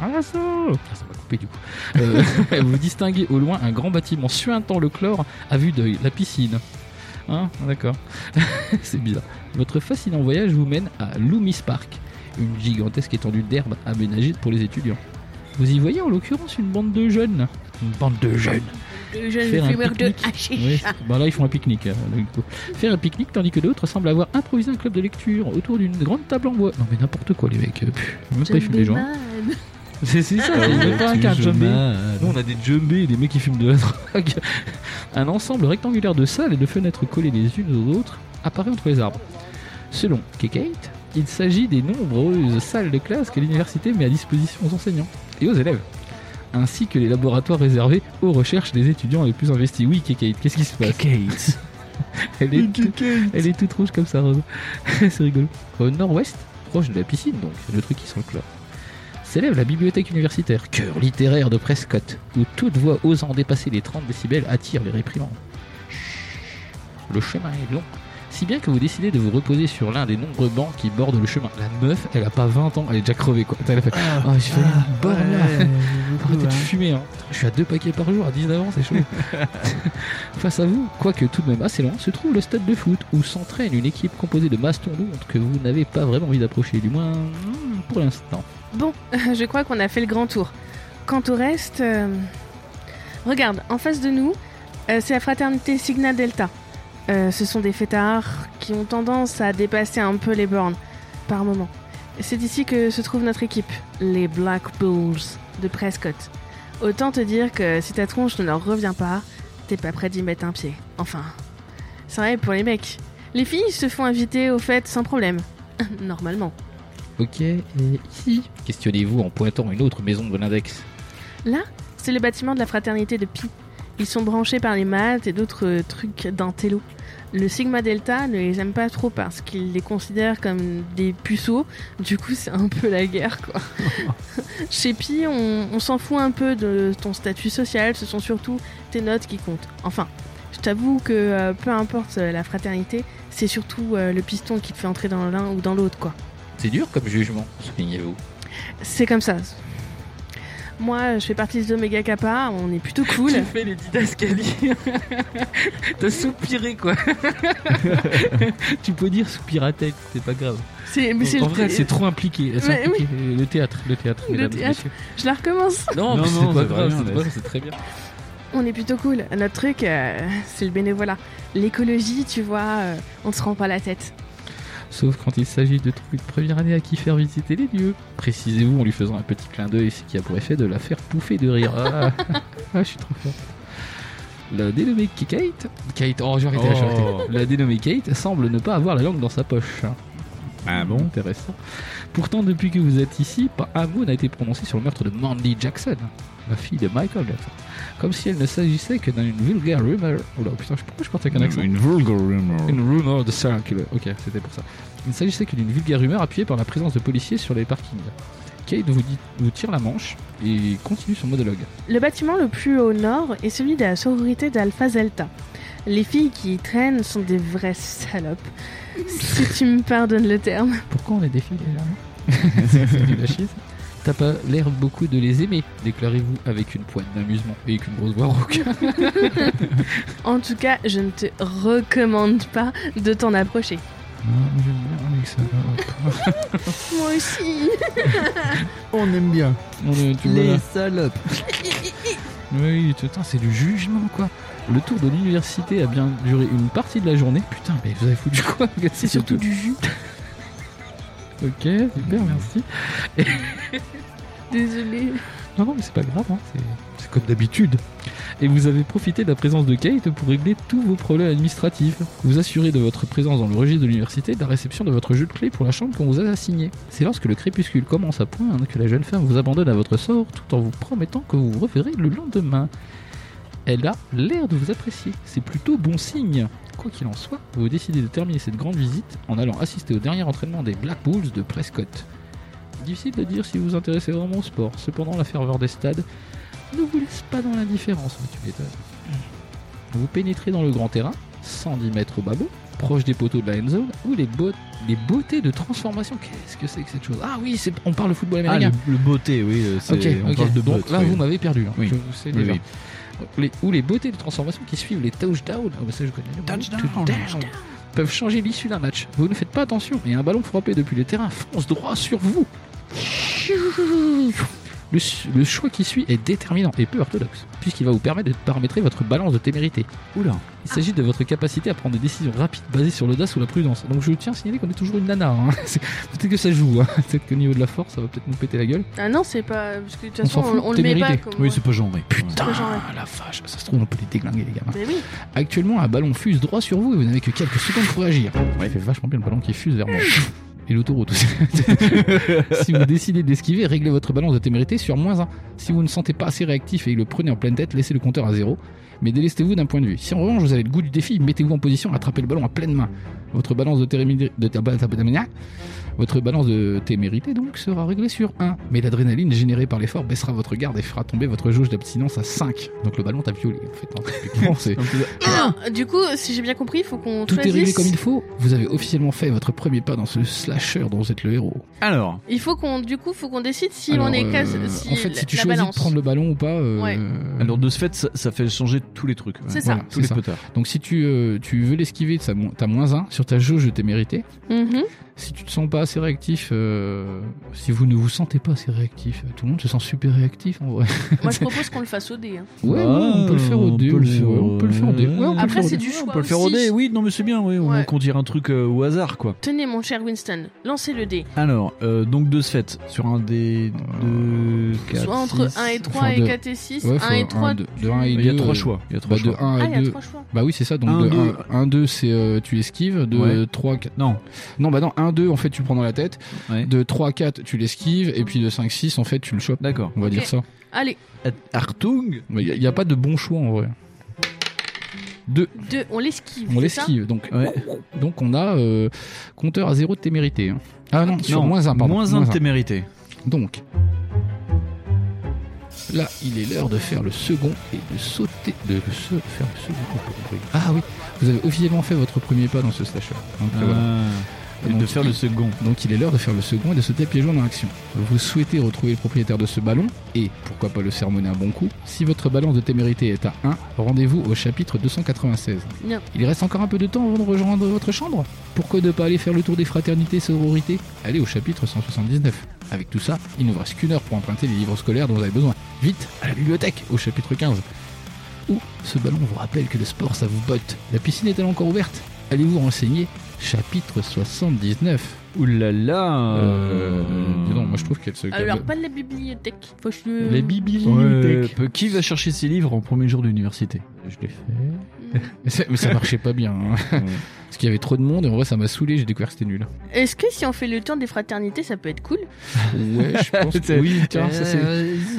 À l'assaut Ah, Ça m'a coupé du coup. Euh, vous distinguez au loin un grand bâtiment suintant le chlore à vue d'œil, la piscine. Hein D'accord. C'est bizarre. Votre fascinant voyage vous mène à Loomis Park, une gigantesque étendue d'herbe aménagée pour les étudiants. Vous y voyez en l'occurrence une bande de jeunes. Une bande de jeunes
Deux
Faire un
fumeurs
pique-nique.
hashish.
oui, bah là ils font un pique-nique. euh, du coup. Faire un pique-nique tandis que d'autres semblent avoir improvisé un club de lecture autour d'une grande table en bois. Non mais n'importe quoi les mecs. euh, pff, Même pas ils fument des gens. C'est c'est ça,
Ah,
ils veulent pas un quart de jumbé. Nous on a des jumbés, des mecs qui fument de la drogue. Un ensemble rectangulaire de salles et de fenêtres collées les unes aux autres apparaît entre les arbres. Selon Kekate, il s'agit des nombreuses salles de classe que l'université met à disposition aux enseignants et aux élèves, ainsi que les laboratoires réservés aux recherches des étudiants les plus investis. Oui, Kekate, qu'est-ce qui se passe
Bah, Kate.
elle est, tout- elle est toute rouge comme ça, Rose. C'est rigolo. Au nord-ouest, proche de la piscine, donc, le truc qui sent le chlore, s'élève la bibliothèque universitaire, cœur littéraire de Prescott, où toute voix osant dépasser les 30 décibels attire les réprimandes. Chut. Le chemin est long, si bien que vous décidez de vous reposer sur l'un des nombreux bancs qui bordent le chemin. La meuf, elle a pas 20 ans, elle est déjà crevée, quoi. Elle a fait, oh, j'ai fait une bonne
Ah,
là. Arrêtez de fumer, hein. Je suis à deux paquets par jour, à 19 ans, c'est chaud. Face à vous, quoique tout de même assez loin, se trouve le stade de foot où s'entraîne une équipe composée de mastodontes que vous n'avez pas vraiment envie d'approcher, du moins hmm, pour l'instant.
Bon, je crois qu'on a fait le grand tour. Quant au reste, euh, regarde, en face de nous, euh, c'est la fraternité Signa Delta. Euh, ce sont des fêtards qui ont tendance à dépasser un peu les bornes, par moment. C'est ici que se trouve notre équipe, les Black Bulls de Prescott. Autant te dire que si ta tronche ne leur revient pas, t'es pas prêt d'y mettre un pied. Enfin, c'est vrai pour les mecs. Les filles se font inviter aux fêtes sans problème. Normalement.
Ok, et ici Questionnez-vous en pointant une autre maison de l'index.
Là, c'est le bâtiment de la fraternité de Pi. Ils sont branchés par les maths et d'autres euh, trucs d'intello. Le Sigma Delta ne les aime pas trop parce qu'ils les considèrent comme des puceaux. Du coup, c'est un peu la guerre, quoi. Chez Pi, on, on s'en fout un peu de ton statut social. Ce sont surtout tes notes qui comptent. Enfin, je t'avoue que euh, peu importe euh, la fraternité, c'est surtout euh, le piston qui te fait entrer dans l'un ou dans l'autre, quoi.
C'est dur comme jugement, soulignez-vous.
C'est comme ça. Moi, je fais partie de Omega Kappa, on est plutôt cool.
Tu fais les didascalies. T'as soupiré quoi.
tu peux dire soupir à tête, c'est pas grave.
C'est, mais c'est
en
le-
vrai, c'est trop impliqué. c'est
Mais
impliqué. Le théâtre, le théâtre,
Le
mesdames et
théâtre.
messieurs.
Je la recommence.
Non,
mais
mais
c'est pas grave,
bien,
c'est
mais-
pas grave, c'est très bien.
On est plutôt cool. Notre truc, euh, c'est le bénévolat. L'écologie, tu vois, euh, on se rend pas la tête.
Sauf quand il s'agit de trouver une première année à qui faire visiter les lieux. Précisez-vous en lui faisant un petit clin d'œil, ce qui a pour effet de la faire pouffer de rire. Ah, ah, je suis trop fort. La dénommée Kate, Kate, oh j'ai arrêté, j'ai arrêté.
Oh.
La dénommée Kate semble ne pas avoir la langue dans sa poche.
Ah
Bon, intéressant. Pourtant, depuis que vous êtes ici, pas un mot n'a été prononcé sur le meurtre de Mandy Jackson, la fille de Michael Jackson. Comme si elle ne s'agissait que d'une vulgaire rumor. Oh là, putain, je- pourquoi je porte avec un accent
Une vulgar rumor.
une rumeur de circular. Ok, c'était pour ça. Il ne s'agissait que d'une vulgaire rumeur appuyée par la présence de policiers sur les parkings. Kate vous, dit- vous tire la manche et continue son monologue.
Le bâtiment le plus au nord est celui de la sororité d'Alpha Zelta. Les filles qui y traînent sont des vraies salopes. si tu me pardonnes le terme.
Pourquoi on est des filles déjà C'est du machisme. T'as pas l'air beaucoup de les aimer, déclarez-vous avec une poigne d'amusement et avec une grosse voix rauque.
En tout cas, je ne te recommande pas de t'en approcher. Moi aussi.
On aime bien.
On est- tu vois, Ah,
Les
là.
salopes.
Oui, putain, c'est du jugement quoi. Le tour de l'université a bien duré une partie de la journée. Putain, mais vous avez foutu quoi
C'est surtout du jus.
Ok, super, merci.
Désolée.
Non, non, mais c'est pas grave, hein, c'est- c'est comme d'habitude. Et vous avez profité de la présence de Kate pour régler tous vos problèmes administratifs. Vous assurez de votre présence dans le registre de l'université et de la réception de votre jeu de clé pour la chambre qu'on vous a assignée. C'est lorsque le crépuscule commence à poindre que la jeune femme vous abandonne à votre sort tout en vous promettant que vous vous reverrez le lendemain. Elle a l'air de vous apprécier, c'est plutôt bon signe. Quoi qu'il en soit, vous décidez de terminer cette grande visite en allant assister au dernier entraînement des Black Bulls de Prescott. Difficile de dire si vous vous intéressez vraiment au sport, cependant la ferveur des stades ne vous laisse pas dans l'indifférence, mais tu m'étonnes. Vous pénétrez dans le grand terrain, 110 mètres au babot, proche des poteaux de la end zone, où les, beau- les beautés de transformation, qu'est-ce que c'est que cette chose Ah oui, c'est- on parle de football
Ah,
américain.
le, le beauté, oui. euh, c'est-
Ok,
on
ok.
parle de
Donc
bottes,
là,
oui.
vous m'avez perdu. hein.
Oui.
Je vous sais
Oui,
déjà.
oui.
Les- ou les beautés de transformation qui suivent les touchdowns, ah bah ça, je connais le mot.
Touchdown.
Touchdown. peuvent changer l'issue d'un match. Vous ne faites pas attention et un ballon frappé depuis le terrain fonce droit sur vous. Le, su- le choix qui suit est déterminant et peu orthodoxe, puisqu'il va vous permettre de paramétrer votre balance de témérité.
Oula.
Il s'agit de votre capacité à prendre des décisions rapides basées sur l'audace ou la prudence. Donc je tiens à signaler qu'on est toujours une nana. hein. C'est- Peut-être que ça joue. hein. Peut-être qu'au niveau de la force, ça va peut-être nous péter la gueule.
Ah non, c'est pas. Parce que de toute
On s'en
façon,
fout,
on, on
t'es
le met pas
mérité.
comme.
Oui, c'est pas genré.
Putain,
Ouais. Genre, ouais.
la vache, ça se trouve, on peut les déglinguer, les gamins.
Mais oui.
Actuellement, un ballon fuse droit sur vous et vous n'avez que quelques secondes pour agir. Ouais, il fait vachement bien le ballon qui fuse vers moi. Et l'autoroute aussi. si vous décidez de l'esquiver, réglez votre balance de témérité sur moins 1. Si vous ne sentez pas assez réactif et le prenez en pleine tête, laissez le compteur à 0. Mais délestez-vous d'un point de vue. Si en revanche vous avez le goût du défi, mettez-vous en position, attrapez le ballon à pleine main. Votre balance de, térémi- de ta- ta- ta- ta- votre balance de témérité donc sera réglée sur 1. Mais l'adrénaline générée par l'effort baissera votre garde et fera tomber votre jauge d'abstinence à 5. Donc le ballon t'a violé en fait. hein. Typiquement, c'est-
Alors, du coup, si j'ai bien compris, il faut qu'on
Ah tout est
choisisse.
réglé comme il faut. Vous avez officiellement fait votre premier pas dans ce slasher dont vous êtes le héros.
Alors,
Il faut qu'on, du coup, faut qu'on décide si
Alors,
on est
euh,
casse, si
en fait, si tu
la
choisis
balance.
de prendre le ballon ou pas. euh,
Ouais.
alors de ce fait, ça, ça fait changer tous les trucs.
C'est
voilà,
ça.
Tous
c'est
les
ça.
potards.
Donc si tu, euh, tu veux l'esquiver, ça mo- t'as moins 1 sur ta jauge de témérité.
Mhm.
Si tu te sens pas assez réactif, euh, si vous ne vous sentez pas assez réactif, tout le monde se sent super réactif en vrai.
Moi, je propose qu'on le fasse au dé. hein.
Ouais,
Ah,
ouais, on peut le faire au dé.
peut
ouais,
le faire
ouais,
au-
on peut le faire au dé. Ouais, on peut
Après,
le faire au
c'est
dé.
du choix
On peut le faire au
aussi.
dé, oui, non mais c'est bien, oui, on-
Ouais.
qu'on tire un truc euh, au hasard quoi.
Tenez, mon cher Winston, lancez le dé.
Alors, euh, donc de ce fait, sur un des deux, quatre,
Soit entre
six-
1 et 3
enfin,
et
deux.
4 et 6,
Ouais,
1 et
faut
3.
un, deux- de 1 et 2.
Il y a trois choix. Il y a trois
Bah, de
choix.
1
Ah, il y
et
a
2.
3 choix.
Bah oui, c'est ça. Donc
Un, deux.
1, 2, c'est euh, tu esquives. De
Ouais.
3, 4.
Non,
Non, bah non, 1, 1, 2, en fait, tu le prends dans la tête.
Ouais.
De 3, 4, tu l'esquives. Et puis de 5, 6, en fait, tu le chopes.
D'accord.
On va
Ok.
dire ça.
Allez,
Artung
Mais il n'y a, pas de bon choix en vrai. 2.
deux, on l'esquive.
On
c'est ça
l'esquive. Donc, euh,
Ouais.
donc on a euh, compteur à 0 de témérité. hein. Ah non, sur moins 1, pardon.
Moins 1 de témérité.
Donc. Là, il est l'heure de faire le second et de sauter. De le se- faire le second. Oui. Ah oui, vous avez officiellement fait votre premier pas dans ce slasher. hein, Donc,
Ah.
voilà.
Et de
Donc,
faire le second.
Donc il est l'heure de faire le second et de sauter piégeant dans l'action. Vous souhaitez retrouver le propriétaire de ce ballon et pourquoi pas le sermonner un bon coup. Si votre balance de témérité est à 1, rendez-vous au chapitre 296.
Bien.
Il reste encore un peu de temps avant de rejoindre votre chambre. Pourquoi ne pas aller faire le tour des fraternités sororités Allez au chapitre 179. Avec tout ça, il ne vous reste qu'une heure pour emprunter les livres scolaires dont vous avez besoin. Vite, à la bibliothèque, au chapitre 15. Ou ce ballon vous rappelle que le sport ça vous botte. La piscine est-elle encore ouverte Allez-vous renseigner Chapitre 79.
Oulala là
Euh, dis donc, moi je trouve qu'elle se.
Alors, pas de la bibliothèque. Faut que je...
Les bibliothèques.
euh, Qui va chercher ses livres en premier jour d'université Je l'ai fait.
Mhm.
Mais ça- mais ça marchait pas bien. hein. Parce qu'il y avait trop de monde et en vrai ça m'a saoulé, j'ai découvert que c'était nul.
Est-ce que si on fait le tour des fraternités, ça peut être cool
Ouais, je pense que oui, tiens, ça c'est.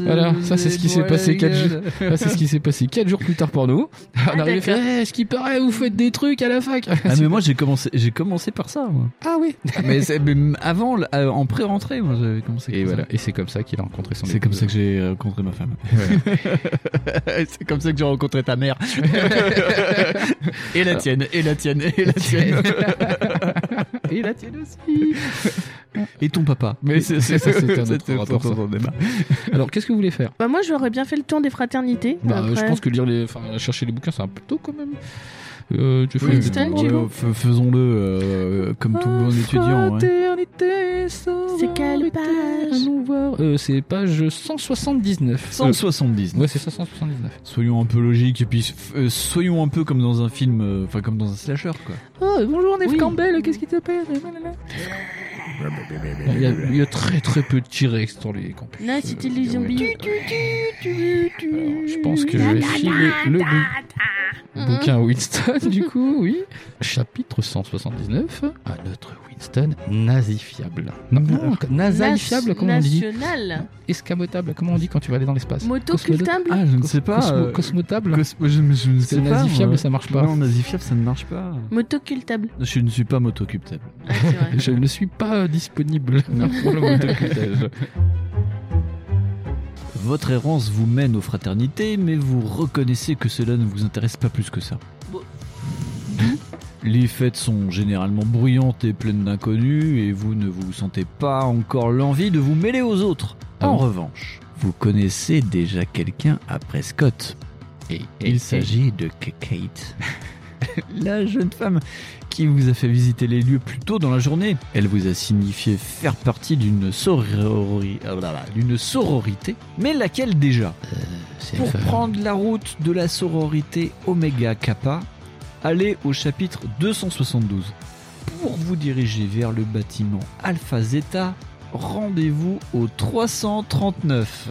Voilà, ça, c'est ce qui s'est passé quatre jours. Ah, c'est ce qui s'est passé 4 jours plus tard pour nous.
Ah,
On arrivait à faire, Eh, ce qui paraît, vous faites des trucs à la fac.
Ah mais moi j'ai commencé j'ai commencé par ça moi.
Ah oui.
mais, c'est- mais avant le- euh, en pré-rentrée moi j'avais commencé
Et
comme ça.
voilà, et c'est comme ça qu'il a rencontré son
C'est comme ça que j'ai rencontré ma femme. c'est comme ça que j'ai rencontré ta mère. Ah. et la tienne, et la tienne, et la tienne. et la tienne aussi. Et ton papa. Mais c'est
Ça, c'était un autre
c'était
rapport,
pour
ça.
ton débat.
Alors, qu'est-ce que vous voulez faire
Bah, moi, j'aurais bien fait le tour des fraternités.
Bah,
Après-
je pense que lire les. Enfin, chercher les bouquins, c'est un peu tôt quand même. Euh, tu fais
Oui,
une-
c'est un- Angelo.
f- Faisons-le euh, comme tout bon étudiant. hein. ouais.
C'est quelle page
Allons voir. Euh, c'est page 179. Euh,
170.
ouais, c'est ça, 179.
Soyons un peu logiques et puis euh, soyons un peu comme dans un film, euh, enfin comme dans un slasher quoi.
Oh, bonjour, Neve
Oui.
Campbell, qu'est-ce qui t'appelle il y, a, il y a très très peu de T-Rex dans les campus.
Non, c'était
Euh,
les
ouais.
zombies.
Alors, je pense que je vais filer le bou-
Mhm.
bouquin Winston, du coup, oui. Chapitre 179, à notre Winston, nazifiable. Non,
Mhm.
non, nasaïfiable, comment on dit
National.
Escamotable, comment on dit quand tu vas aller dans l'espace Cosmodo-
Motocultable.
Ah, je ne
Cos-
sais pas.
cosmo-
euh,
Cosmotable
Cosmo- je, je- je ne
C'est
sais pas.
nazifiable,
moi.
ça marche pas.
Non, nazifiable, ça ne marche pas.
Motocultable.
Je ne suis pas motocuptable.
Ah, c'est vrai.
Je ne suis pas euh, disponible pour le motocultage.
Votre errance vous mène aux fraternités, mais vous reconnaissez que cela ne vous intéresse pas plus que ça.
Bon.
Les fêtes sont généralement bruyantes et pleines d'inconnus, et vous ne vous sentez pas encore l'envie de vous mêler aux autres.
Ah
en
bon
revanche, vous connaissez déjà quelqu'un à Prescott.
Et
Il s'agit de K- Kate. la jeune femme qui vous a fait visiter les lieux plus tôt dans la journée. Elle vous a signifié faire partie d'une sorori- ah, voilà, d'une sororité, mais laquelle déjà Pour prendre la route de la sororité Omega Kappa, allez au chapitre 272. Pour vous diriger vers le bâtiment Alpha Zeta, rendez-vous au 339.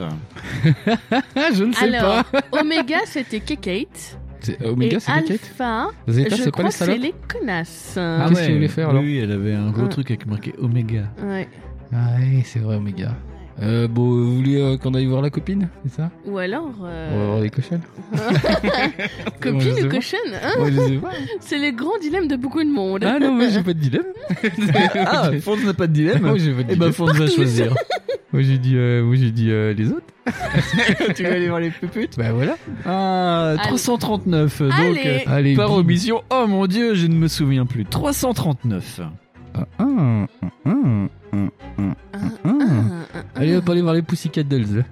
Ah, je ne sais
Alors,
pas.
Oméga, c'était Kekate.
C'est- euh,
Et
Omega, c'est des quêtes
Alpha,
Zeta,
je
c'est pas
crois
les
que c'est
salopes
les connasses.
Ah Qu'est-ce qu'il voulait faire, Hein. alors
Oui, elle avait un gros
Ah.
truc avec marqué Omega.
Ouais.
Ah ouais, c'est vrai, Omega. Euh, bon, vous voulez euh, qu'on aille voir la copine C'est ça
Ou alors... euh,
On va voir les cochons Moi, je
Copine
sais
ou
pas.
cochonne hein
Ouais, je sais pas.
C'est les grands dilemmes de beaucoup de monde.
Ah non, mais j'ai pas de dilemme.
Ah, Fonz n'a pas de dilemme
Moi, j'ai pas de
Eh ben,
dilemme.
Fonz va choisir.
Moi, j'ai dit, euh, moi, j'ai dit euh, les autres.
tu veux aller voir les puputes
Bah voilà.
Ah, 339. Donc,
Allez.
euh,
Allez,
par
bim.
omission. Oh mon dieu, je ne me souviens plus. 339.
Ah, ah, ah, ah, ah, ah,
Un,
ah.
un, un,
Allez,
un.
hop, allez voir les Pussy Cat Dolls.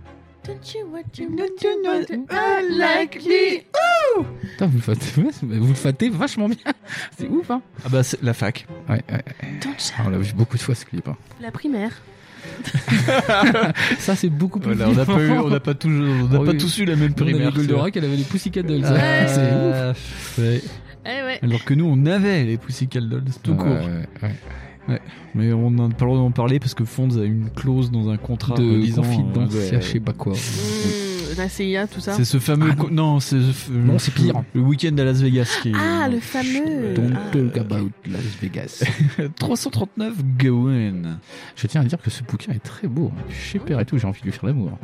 Don't you want to- want to- want to- I like me.
Putain, vous le fatez, vous le fatez vachement bien. C'est ouf, hein.
Ah bah, c'est la fac.
Ouais, ouais.
Don't you-
Ah, on l'a vu beaucoup de fois ce clip. hein.
La primaire.
Ça, c'est beaucoup plus
Voilà, on n'a pas, eu- on n'a pas, toujours, on n'a
Oh
pas
oui.
tous eu la même
On avait
primaire.
Goldorak, elle avait les Pussycat Dolls.
c'est
Ouais.
vrai.
C'est ouf.
Ah, ouais.
Eh ouais.
Alors que nous, on avait les Pussycat Dolls tout court.
Ouais, ouais.
Mais on n'a pas le droit d'en parler parce que Fonz a une clause dans un contrat
de
disant euh,
confidence, c'est pas quoi.
Mmh, la CIA, tout ça.
C'est ce fameux.
Ah,
co- non, c'est ce f-
Non, c'est pire.
Le week-end à Las Vegas qui est.
Ah, le fameux.
Don't
Ah.
talk about Las Vegas.
339 Gawain.
Je tiens à dire que ce bouquin est très beau. hein. Super et tout, j'ai envie de lui faire l'amour.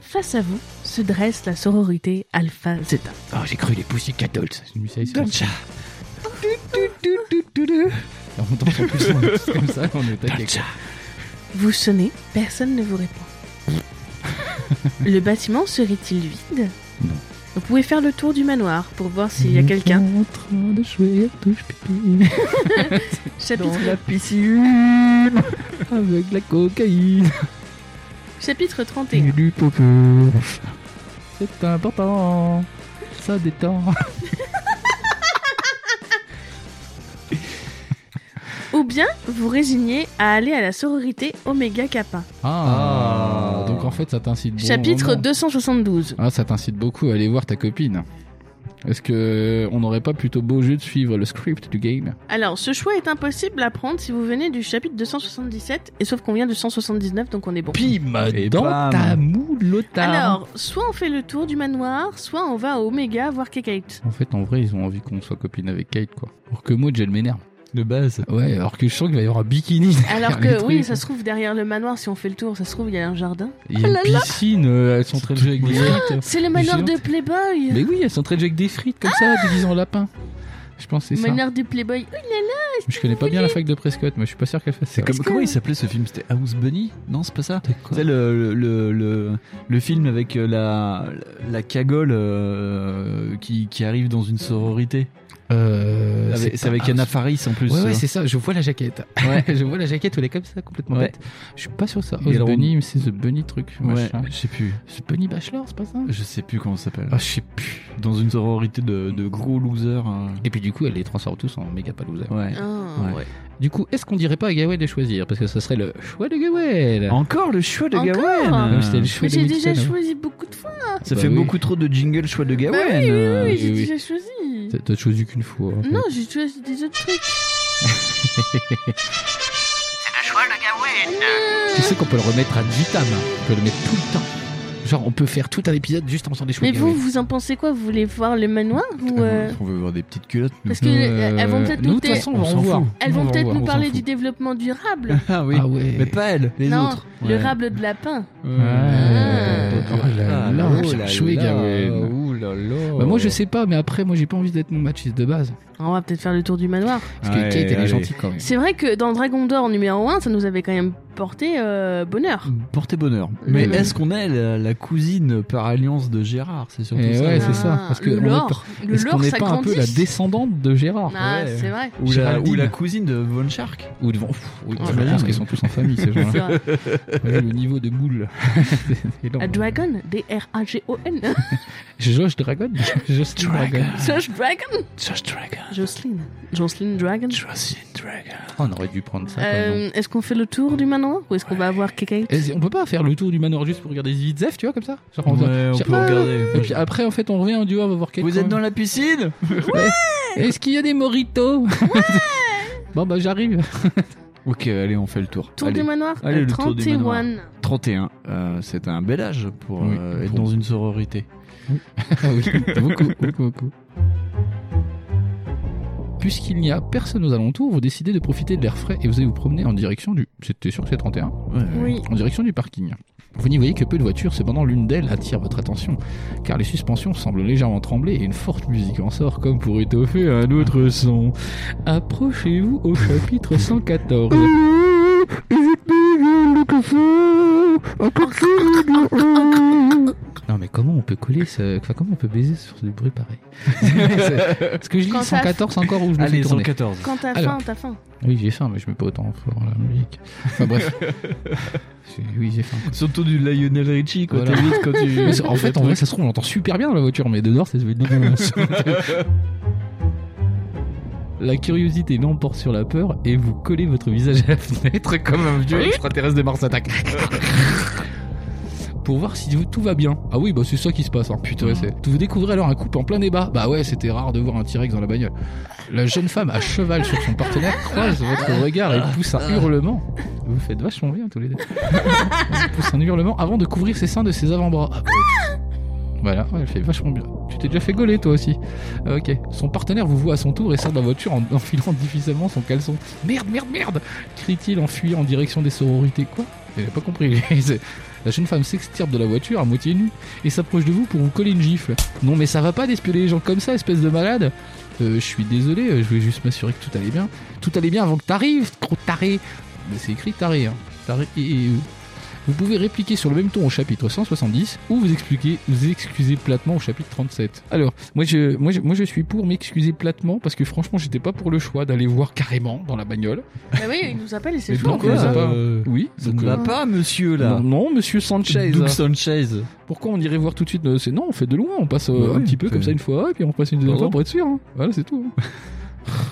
Face à vous se dresse la sororité Alpha Zeta.
Oh, j'ai cru les poussiques adultes. Je me suis dit, c'est- Alors, on t'entend plus en plus comme ça, on est au taquet, quoi.
Vous sonnez, personne ne vous répond. le bâtiment serait-il vide
Non.
Vous pouvez faire le tour du manoir pour voir s'il y a quelqu'un.
En train de jouer à touche pipi
Chapitre,
la piscine.
avec la cocaïne
chapitre 31.
et du poker. C'est important. Ça détend.
Ou bien vous résignez à aller à la sororité Oméga Kappa.
Ah,
Ah.
donc en fait, ça t'incite bon
Chapitre
moment.
272.
Ah, ça t'incite beaucoup à aller voir ta copine. Est-ce que on n'aurait pas plutôt beau jeu de suivre le script du game
Alors, ce choix est impossible à prendre si vous venez du chapitre 277, et sauf qu'on vient du 179, donc on est bon.
Pim
Et
dans
bam.
ta moulota.
Alors, soit on fait le tour du manoir, soit on va à Oméga voir Kekate.
En fait, en vrai, ils ont envie qu'on soit copine avec Kate, quoi. Pour que moi, Jel m'énerve.
De base.
Ouais, alors que je sens qu'il va y avoir un bikini.
Alors
Les
que,
trucs.
oui, ça se trouve derrière le manoir, si on fait le tour, ça se trouve, il y a un jardin.
Il y a une piscine, euh, elles sont en train de jouer avec des frites.
C'est le manoir de
géante.
Playboy
Mais oui, elles sont en train de jouer avec des frites comme ça, déguisées en lapin. Je pense que
Le
c'est ça.
manoir de Playboy. Oui, là, là.
Je connais pas bien la fac de Prescott, mais je suis pas sûr qu'elle fasse ça.
C'est comme, comment il s'appelait ce film C'était House Bunny Non, c'est pas ça C'est le, le, le, le film avec euh, la, la cagole euh, qui, qui arrive dans une sororité.
Euh,
Avec-
pas-
C'est avec Anna Faris en plus.
Ouais,
euh.
ouais, c'est ça, je vois la jaquette.
Ouais.
je vois la jaquette où elle est comme ça, complètement
Ouais.
bête. Je suis pas sûr que ça.
Et
House
alors,
Bunny, mais c'est The Bunny truc.
Ouais, Euh,
machin.
je sais plus.
C'est Bunny Bachelor, c'est pas ça
Je sais plus comment ça s'appelle.
hein. Ah, je sais plus.
Dans une sororité de, de gros losers. hein.
Et puis du coup, elle les transforme tous en méga palousers.
Ouais.
Ah,
Ouais.
Du coup, est-ce qu'on dirait pas à Gawain de choisir Parce que ça serait le choix de Gawain
Encore le choix de
Encore
Gawain
Ah, c'était le
Mais
choix de
j'ai déjà
Nixon, hein.
choisi beaucoup de fois.
Ça
Bah
fait
oui.
beaucoup trop de jingle choix de Gawain.
Bah oui,
euh.
Oui,
oui,
j'ai
oui.
déjà choisi.
T'as- T'as choisi qu'une fois. en fait.
Non, j'ai choisi des autres trucs.
Tu sais qu'on peut le remettre à vitam. hein. On peut le mettre tout le temps. Genre, on peut faire tout un épisode juste en faisant des Ah choix
Mais
de
vous,
Gawain.
vous en pensez quoi Vous voulez voir le manoir ou euh,
On veut voir des petites culottes. nous.
Parce que euh, elles vont peut-être
nous,
nous,
de toute
ter-
façon, on
on
va
s'en
en voir.
fout.
elles
On
vont
va en
peut-être
voir,
nous
on s'en
parler
fout.
du développement durable.
Ah oui.
Ah ouais.
Mais pas elle, les
non,
autres.
le
Ouais.
rable de lapin.
Ouais.
Ouais.
Ah,
Oh là là,
oh
bien joué, Gawain.
Oh là là.
Bah moi je sais pas, mais après moi j'ai pas envie d'être mon machiste de base.
On va peut-être faire le tour du manoir.
Parce que
Ouais,
Kate elle
allez.
est gentille quand même.
C'est vrai que dans Dragon d'Or numéro 1, ça nous avait quand même porté euh, bonheur.
Portez bonheur. Mais
Le-
est-ce qu'on est la, la cousine par alliance de Gérard C'est surtout
Eh
ça.
ouais, c'est
Ah,
ça. Parce que
le
on est
lore, le
Est-ce qu'on
lore
n'est
ça
pas un peu la
grandit.
descendante de Gérard
Ah,
Ouais.
c'est vrai.
Ou la,
Géraldine.
ou la cousine de Von Shark.
Ou devant. Pff, oui,
Ouais,
je
j'imagine,
pense
oui.
qu'ils sont tous en famille ces
C'est
gens-là.
vrai.
Ouais, le niveau de boule. C'est énorme.
A dragon, D-R-A-G-O-N.
Josh Dragon Josh Dragon.
Josh Dragon.
Josh Dragon.
Jocelyne. Jocelyne Dragon.
Josh Dragon.
Oh, on aurait dû prendre ça. comme nom.
Euh, est-ce qu'on fait le tour du manoir ou est-ce qu'on va voir Kekate
Et c'est- On peut pas faire le tour du manoir juste pour regarder Zef, tu vois, comme ça Genre, on va-
Ouais, on
Genre,
peut
ah
regarder.
Et puis après, en fait, on revient en duo, on va voir Kate.
Vous
quand
êtes dans
même.
la piscine
Est-ce qu'il y a des moritos Bon, bah, j'arrive.
Ok, allez, on fait le tour.
Tour
Allez.
du manoir
Allez,
euh,
le tour
31.
du manoir. 31. Euh, c'est un bel âge pour
Oui,
euh, être
pour-
dans une sororité.
Ah oui, beaucoup, beaucoup, beaucoup. Puisqu'il n'y a personne aux alentours, vous décidez de profiter de l'air frais et vous allez vous promener en direction du. C'était sûr que c'est 31
Ouais, ouais.
Oui.
En direction du parking. Vous n'y voyez que peu de voitures, cependant l'une d'elles attire votre attention, car les suspensions semblent légèrement trembler et une forte musique en sort comme pour étoffer un autre son. Approchez-vous au chapitre 114. Non mais comment on peut coller ce... Enfin comment on peut baiser sur des bruits pareils C'est- Ce que je
Quand
lis
ça-
114 encore où je me fais
Allez,
tourner.
114.
Quand t'as
Alors.
faim, t'as faim.
Oui j'ai faim mais je mets pas autant fort la musique. Enfin bref. J'ai- Oui j'ai faim.
Surtout du Lionel Richie, quoi.
Voilà.
t'évites quand tu...
Mais c'est- en fait, en vrai, ça se trouve, on l'entend super bien dans la voiture, mais dehors, ça se fait dégueulasse. La curiosité l'emporte sur la peur et vous collez votre visage à la fenêtre comme un vieux extraterrestre de Mars attaque. Pour voir si vous- tout va bien. Ah oui, bah c'est ça qui se passe. hein. Putain, ouais, c'est- vous découvrez alors un couple en plein débat. Bah ouais, c'était rare de voir un T-Rex dans la bagnole. La jeune femme à cheval sur son partenaire croise votre regard et pousse un hurlement. Vous faites vachement bien tous les deux. Elle pousse un hurlement avant de couvrir ses seins de ses avant-bras. Ah, ouais. Voilà, ouais, elle fait vachement bien. Tu t'es déjà fait gauler toi aussi. Ah, Ok. Son partenaire vous voit à son tour et sort de la voiture en enfilant difficilement son caleçon. Merde, merde, merde crie-t-il en fuyant en direction des sororités. Quoi Il n'a pas compris. la jeune femme s'extirpe de la voiture à moitié nue et s'approche de vous pour vous coller une gifle. Non mais ça va pas d'espionner les gens comme ça, espèce de malade Euh, Je suis désolé, euh, je voulais juste m'assurer que tout allait bien. Tout allait bien avant que t'arrives, gros taré Mais c'est écrit taré, hein. Taré et, et, euh. Vous pouvez répliquer sur le même ton au chapitre 170 ou vous expliquer, vous excuser platement au chapitre 37. Alors, moi je, moi je, moi je suis pour m'excuser platement parce que franchement j'étais pas pour le choix d'aller voir carrément dans la bagnole.
Bah oui, il nous appelle et c'est
Mais
chaud. hein.
donc,
quoi.
euh, pas- Oui,
Ça
donc,
ne
euh,
va pas, monsieur, là.
non, non, monsieur Sanchez.
Doug Sanchez.
Pourquoi on irait voir tout de suite euh, C'est non, on fait de loin, on passe euh,
Bah
un
oui,
petit peu
c'est-
comme ça une fois, et puis on repasse une deuxième
Pardon
fois pour être sûr. hein. Voilà, c'est tout. hein.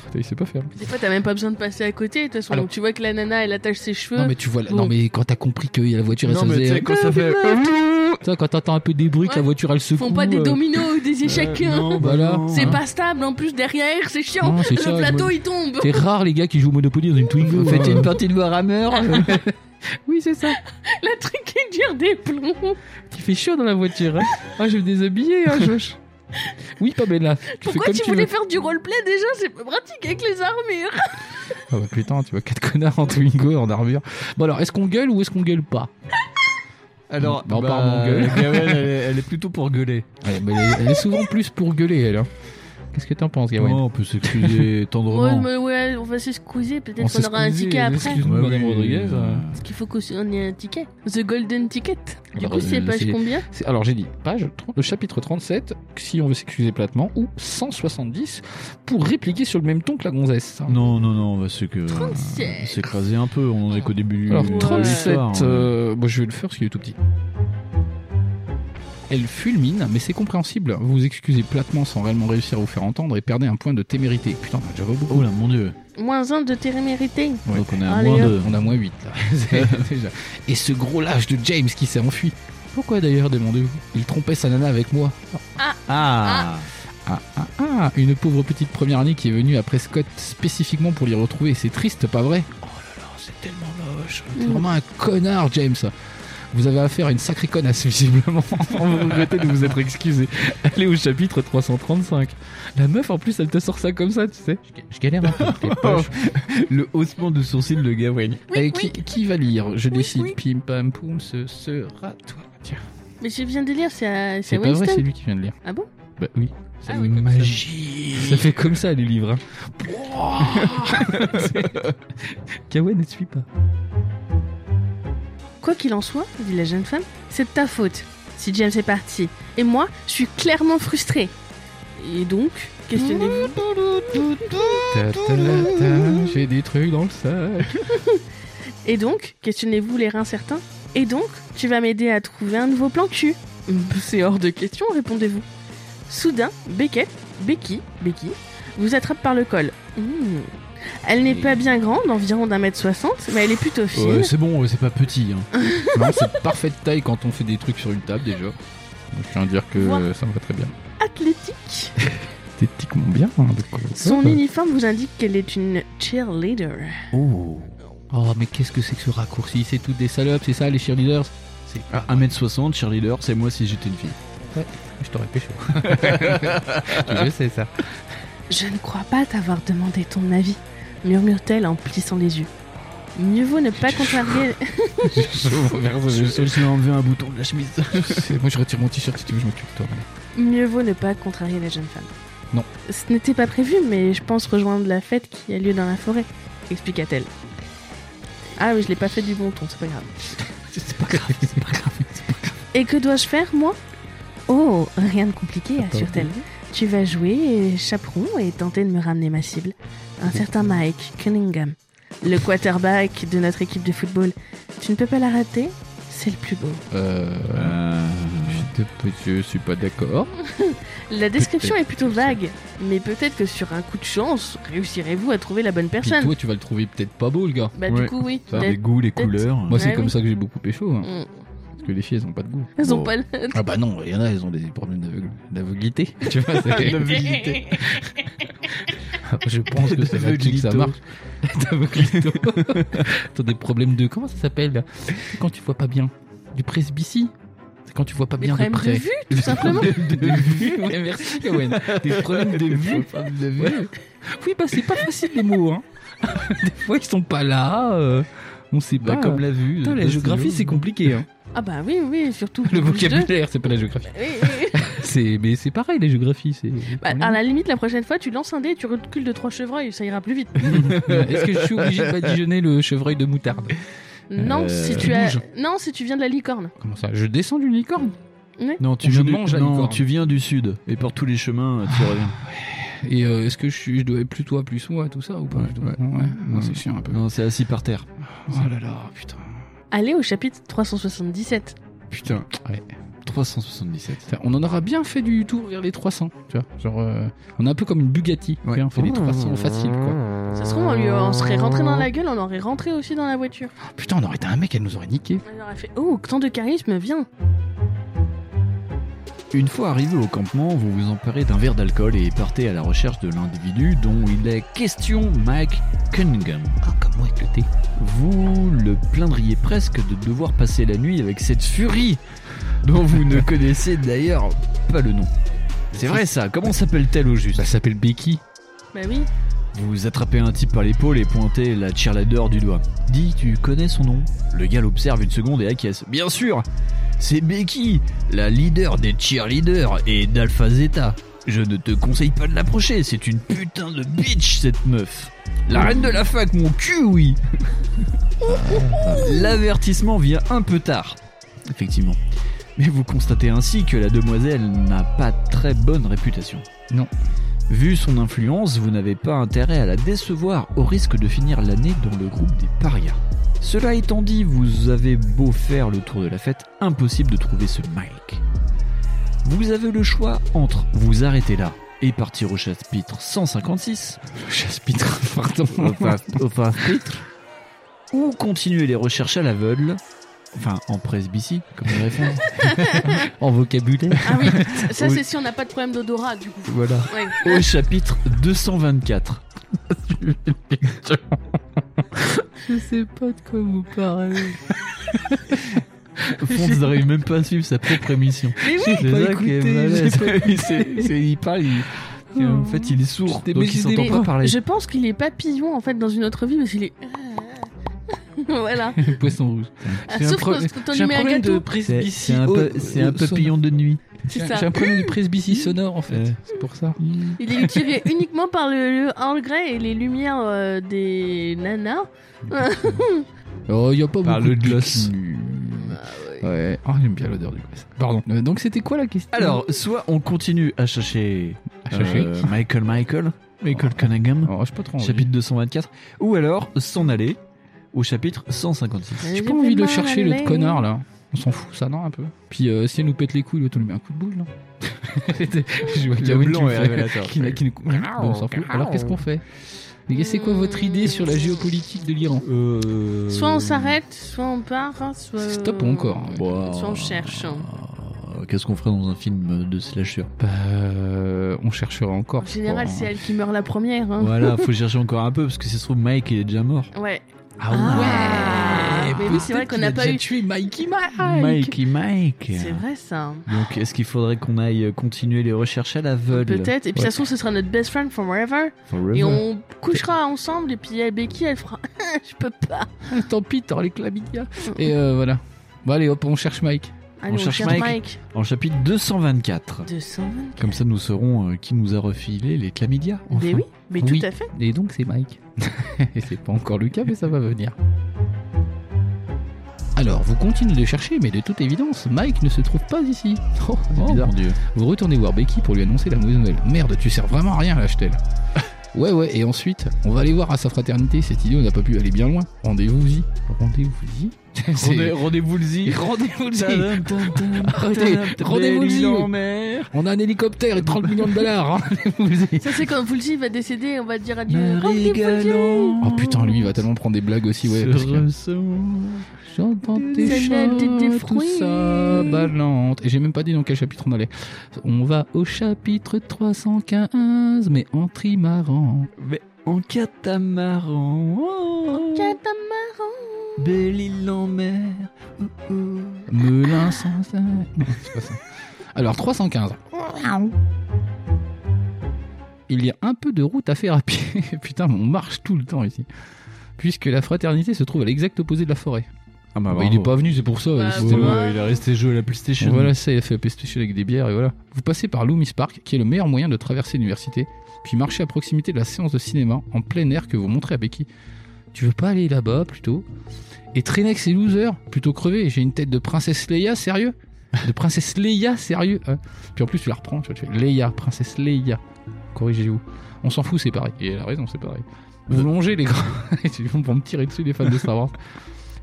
Putain, Il sait pas faire.
Des fois, t'as même pas besoin de passer à côté. De toute façon,
Alors-
donc tu vois que la nana, elle attache ses cheveux.
Non mais tu vois, là-
Bon.
non mais quand t'as compris que la voiture elle
Non,
se
mais tu
faisait, hein,
sais, quand ça fait.
Tu sais, quand t'entends un peu des bruits, que la
Ouais.
voiture elle euh, se
Ils font pas des dominos ou des échecs. hein.
Non, bah
Voilà.
non,
C'est
hein.
pas stable en plus derrière, c'est chiant.
Non, c'est
Le
ça,
plateau,
moi-
il tombe.
C'est rare les gars qui jouent au Monopoly dans une Twingo. hein.
Vous faites une partie de Warhammer euh.
Oui c'est ça.
La truc qui dure des plombs.
Tu fais chaud dans la voiture. hein. Ah je vais me déshabiller, hein, Josh. Oui Pamela. Tu fais
Pourquoi
comme
tu
tu
voulais
veux.
faire du roleplay déjà C'est pas pratique avec les armures.
Ah bah putain, tu vois quatre connards en Twingo en armure. Bon alors, est-ce qu'on gueule ou est-ce qu'on gueule pas
Alors,
Bah, on part en gueule.
Gaëlle, elle, est- elle est plutôt pour gueuler.
Ouais, mais elle, est- elle est souvent plus pour gueuler, elle. hein. Qu'est-ce que t'en penses, Gawain
on peut s'excuser
Ouais,
tendrement.
mais ouais, on va s'excuser.
Oh, On
Peut-être qu'on aura un
s'excuse,
ticket après.
excuse-nous,
Ouais,
Madame
oui,
Rodriguez.
euh,
Parce qu'il faut qu'on ait un ticket. The Golden Ticket. Du
Alors,
coup, c'est
euh,
page
c'est-
combien
C'est- Alors, j'ai dit page, 30 le chapitre 37, si on veut s'excuser platement, ou 170, pour répliquer sur le même ton que la gonzesse.
Non, non, non, bah, c'est
Ah.
que.
37.
S'écraser un peu, on en est qu'au début.
Alors,
de
37,
l'histoire, hein.
euh, bon, je vais le faire parce qu'il est tout petit. Elle fulmine, mais c'est compréhensible. Vous vous excusez platement sans réellement réussir à vous faire entendre et perdez un point de témérité. Putain, on a déjà beaucoup.
Oh là, mon dieu.
Moins un de tes mérités.
Ouais.
Donc, on est à
Allez,
moins
hop.
de.
On a moins 8 là. C'est déjà. Et ce gros lâche de James qui s'est enfui. Pourquoi d'ailleurs, demandez-vous Il trompait sa nana avec moi.
Ah,
Ah, ah, ah, une pauvre petite première année qui est venue après Scott spécifiquement pour l'y retrouver. C'est triste, pas vrai Oh là là, c'est tellement moche. T'es
Mm.
vraiment un connard, James. Vous avez affaire à une sacrée connasse, visiblement. vous regrettez de vous être excusé. Allez au chapitre 335. La meuf, en plus, elle te sort ça comme ça, tu sais. Je, je galère un peu. t'es poche.
Le haussement de sourcil de Gawain.
Oui,
Allez,
oui.
Euh, qui, qui va lire Je
Oui,
décide.
oui.
Pim pam poum, ce sera toi. Tiens,
Mais je viens de lire, c'est à- c'est
c'est pas vrai,
Winston.
c'est lui qui vient de lire.
Ah bon
Bah oui.
Ah
C'est
oui,
une
comme ça.
magie. Ça. fait comme ça les livres. hein. Kawa ne suit pas.
Quoi qu'il en soit, dit la jeune femme, c'est de ta faute si James est parti. Et moi, je suis clairement frustrée. Et donc, questionnez-vous.
J'ai des trucs dans le sac.
Et donc, questionnez-vous les reins certains. Et donc, tu vas m'aider à trouver un nouveau plan cul. Hum, C'est hors de question, répondez-vous. Soudain, Beckett, Becky, Becky, vous attrape par le col. Hum. Elle n'est pas bien grande, environ d'un mètre soixante, mais elle est plutôt fine.
c'est bon, c'est pas petit.
hein. Non, c'est de parfaite taille quand on fait des trucs sur une table déjà. Donc, je viens de dire que
Voilà.
euh, ça me va très bien.
athlétique.
Esthétiquement bien. hein, donc, euh,
Son
ça.
uniforme vous indique qu'elle est une cheerleader.
Oh.
Oh, mais qu'est-ce que c'est que ce raccourci C'est toutes des salopes, c'est ça les cheerleaders
Ah, 1m60, cheerleader, c'est moi si j'étais une fille.
Je t'aurais pécho. je sais ça.
Je ne crois pas t'avoir demandé ton avis, murmure-t-elle en plissant les yeux. Mieux vaut ne pas contrarier.
Je vais enlever un bouton de la chemise.
Moi je retire mon t-shirt si tu veux, je m'occupe de toi. madame.
Mieux vaut ne pas contrarier la jeune femme.
Non.
Ce n'était pas prévu, mais je pense rejoindre la fête qui a lieu dans la forêt, expliqua-t-elle. Ah oui, je l'ai pas fait du bon ton, c'est pas grave.
C'est pas grave, c'est pas grave.
Et que dois-je faire, moi Oh, rien de compliqué,
Attends.
assure-t-elle. Tu vas jouer euh, chaperon et tenter de me ramener ma cible. Un certain Mike Cunningham, le quarterback de notre équipe de football. Tu ne peux pas la rater C'est le plus beau.
Euh. Je, te- je suis pas d'accord.
La description est plutôt vague, mais peut-être que sur un coup de chance, réussirez-vous à trouver la bonne
Puis
personne.
toi, tu vas le trouver peut-être pas beau, le gars.
Bah
Ouais,
du coup oui.
Ça,
Peut-être-
les goûts, les couleurs.
Moi, c'est
Ouais,
comme
oui.
ça que j'ai beaucoup pécho. hein,
Mm.
parce que les filles, elles ont pas de goût.
Elles ont
Bon.
pas le...
Ah bah non, il
Ah,
y en a, elles ont des problèmes d'aveugle- d'aveuglité. tu vois, c'est-
D'aveuglité.
Je pense que c'est là-dessus que ça
D'aveuglito.
marche. D'aveuglito. T'as des problème de. Comment ça s'appelle là C'est Quand tu vois pas bien. Du presbytie C'est quand tu vois pas
Des
bien de
problèmes de
près.
vue, tout simplement.
Des problèmes de vue. Ouais, merci, Gawain. Des problèmes de vue. Ouais. Oui, bah c'est pas facile les mots. Hein. Des fois, ils sont pas là. euh, on sait pas.
Bah, comme la vue.
Putain, la géographie, c'est compliqué. hein.
Ah bah oui, oui, surtout.
Le
plus deux.
vocabulaire, c'est pas la géographie.
Oui, oui, oui.
C'est, mais c'est pareil, la géographie. C'est...
Bah, à la limite, la prochaine fois, tu lances un dé et tu recules de trois chevreuils, ça ira plus vite.
Est-ce que je suis obligé de badigeonner le chevreuil de moutarde
Non,
Euh,
si
qui
tu as...
bouge.
non, si tu viens de la licorne.
Comment ça Je descends d'une licorne
Non, tu
Je
viens, du...
mange la
non,
licorne.
tu viens du sud et par tous les chemins, tu reviens.
Et euh, est-ce que je, suis, je dois être plus toi, plus moi, tout ça ou pas
Ouais,
je dois-
ouais.
non, c'est chiant un peu.
Non, c'est assis par terre.
Oh là là, putain.
Allez au chapitre 377.
Putain. Ouais.
377.
Putain, On en aura bien fait du tour vers les 300, tu vois. Genre, euh, on est un peu comme une Bugatti. tu
Ouais.
vois, on fait les 300 faciles, quoi.
Ça se trouve, on, lui- on serait rentré dans la gueule, on aurait rentré aussi dans la voiture.
Putain, on aurait été un mec, elle nous aurait niqué.
On aurait fait Oh, tant de charisme, viens
Une fois arrivé au campement, vous vous emparez d'un verre d'alcool et partez à la recherche de l'individu dont il est question, Mike Cunningham.
Ah, comme moi avec le thé.
Vous le plaindriez presque de devoir passer la nuit avec cette furie dont vous ne connaissez d'ailleurs pas le nom. C'est vrai ça, comment s'appelle-t-elle au juste
Ça s'appelle Becky.
Bah oui.
Vous attrapez un type par l'épaule et pointez la cheerleader du doigt. Dis, tu connais son nom Le gars l'observe une seconde et acquiesce. Bien sûr C'est Becky, la leader des cheerleaders et d'Alpha Zeta. Je ne te conseille pas de l'approcher, c'est une putain de bitch cette meuf. La reine de la fac, mon cul, oui L'avertissement vient un peu tard. Effectivement. Mais vous constatez ainsi que la demoiselle n'a pas très bonne réputation. Vu son influence, vous n'avez pas intérêt à la décevoir au risque de finir l'année dans le groupe des parias. Cela étant dit, vous avez beau faire le tour de la fête, impossible de trouver ce Mike. Vous avez le choix entre vous arrêter là et partir au chapitre 156,
Le chasse-pitre, pardon.
au chapitre, ou continuer les recherches à l'aveugle, enfin en presbytie, comme on dirait
en vocabulaire.
Ah oui, ça
Oui.
c'est si on n'a pas de problème d'odorat du coup.
voilà,
Ouais.
au chapitre 224.
Je sais pas de quoi vous parlez.
Fonz n'arrive même pas à suivre sa propre émission.
Mais oui,
C'est
pas
ça qui est
écouté,
malaise.
j'ai pas
Il s'est- c'est- il parle, il- et en fait il est sourd,
J'étais
donc il
baisé des Oh,
s'entend
mais
pas parler.
je pense qu'il est papillon en fait dans une autre vie parce qu'il est. voilà.
Le poisson rouge.
Ah,
J'ai un
sauf
pro-
quand on
j'ai
lui
un
met un
problème
gâteau.
de
C'est
presbytie.
c'est un, peu-
au- Mm.
c'est un
au-
papillon de nuit.
C'est
J'ai
ça.
j'ai un problème de presbytie sonore en fait,
Euh.
c'est pour ça.
Il est tiré uniquement par le, le Earl Grey et les lumières euh, des nanas.
Oh, y a pas
Par
beaucoup
le
de
gloss.
cul. Ouais. Oh, j'aime bien l'odeur du gloss. Pardon. Euh, donc c'était quoi la question Ah,
Alors, soit on continue à chercher,
À chercher.
euh, Michael Michael, Michael Cunningham,
Oh, j'ai pas trop envie.
chapitre 224, ou alors s'en aller au chapitre 156.
J'ai pas envie de le chercher, le connard là. On s'en fout, ça non un peu. Puis euh, si elle nous pète les couilles, l'autre on lui met un coup de boule. Non Je vois Gawain qui me fait- qui m'a- qui nous- on s'en fout. Alors qu'est-ce qu'on fait Les gars, c'est quoi votre idée sur la géopolitique de l'Iran
Euh,
Soit on s'arrête, soit on part, hein, soit.
Stop ou encore hein.
Bah,
soit on cherche.
euh, Qu'est-ce qu'on ferait dans un film de slasher
Bah, euh, on cherchera encore.
En général,
je crois,
c'est
hein.
elle qui meurt la première.
Oh.
hein.
Voilà, faut chercher encore un peu parce que si se trouve Mike il est déjà mort.
Ouais.
hein. Ah ouais
Mais oui, c'est vrai qu'on n'a pas eu-
tué Mikey Mike.
Mikey Mike.
Ah, C'est vrai ça.
Donc est-ce qu'il faudrait qu'on aille continuer les recherches à l'aveugle
Peut-être. Et puis de toute façon, ce sera notre best friend forever. Et on couchera ensemble. Et puis elle, Becky, elle fera. Je peux pas.
Tant pis, t'auras les chlamydia. Et euh, voilà. Bon allez hop, on cherche Mike.
Allez, on,
cherche
cherche, Mike.
En chapitre 224.
200.
Comme ça nous saurons euh, qui nous a refilé les chlamydia. enfin.
Mais Ben oui, mais
Oui.
tout à fait.
Et donc c'est Mike. Et c'est pas encore Lucas, mais ça va venir. Alors, vous continuez de chercher, mais de toute évidence, Mike ne se trouve pas ici. Oh, c'est
Oh
bizarre.
mon dieu.
Vous retournez voir Becky pour lui annoncer la mauvaise nouvelle. Merde, tu sers vraiment à rien, lâche-t-elle. ouais, ouais, et ensuite, on va aller voir à sa fraternité. Cet idiot n'a pas pu aller bien loin. Rendez-vous-y. Rendez-vous-y C'est-
Rendez-vous-y.
Rendez-vous-y Arrêtez. Rendez-vous-y.
Rendez-vous-y. en mer.
On a un hélicoptère et 30 millions de dollars. hein. Rendez-vous-y
Ça, c'est quand Vulsi va décéder. et On va dire adieu.
Marie
Rendez-vous,
Galant.
Oh putain, lui, il va tellement prendre des blagues aussi, ouais.
se
parce que-
ressemble.
J'entends tes
Ça
chats,
n'a été des
tout
fruits.
ça balante. Et j'ai même pas dit dans quel chapitre on allait. On va au chapitre 315, mais en trimaran. catamaran.
Mais en catamaran. Oh,
Catamaran.
Belle île en mer. oh, oh.
Melun sans ça. Non, c'est pas ça. Alors 315. Il y a un peu de route à faire à pied. Putain, mais on marche tout le temps ici. Puisque la fraternité se trouve à l'exact opposé de la forêt.
Ah bah,
Bah, il est pas venu, c'est pour ça.
Bah,
c'était
voilà.
le-
il a resté joué à la PlayStation.
Voilà, ça, il a fait la PlayStation avec des bières et voilà. Vous passez par Loomis Park, qui est le meilleur moyen de traverser l'université, puis marchez à proximité de la séance de cinéma en plein air que vous montrez à Becky. Tu veux pas aller là-bas plutôt Et traîner avec ces losers Plutôt crever, j'ai une tête de princesse Leia, sérieux De princesse Leia, sérieux hein. Puis en plus, tu la reprends, tu vois, tu fais Leia, princesse Leia. Corrigez-vous. On s'en fout, c'est pareil. Et elle a raison, c'est pareil. Vous longez les grands. Ils vont pour me tirer dessus, les fans de Star Wars.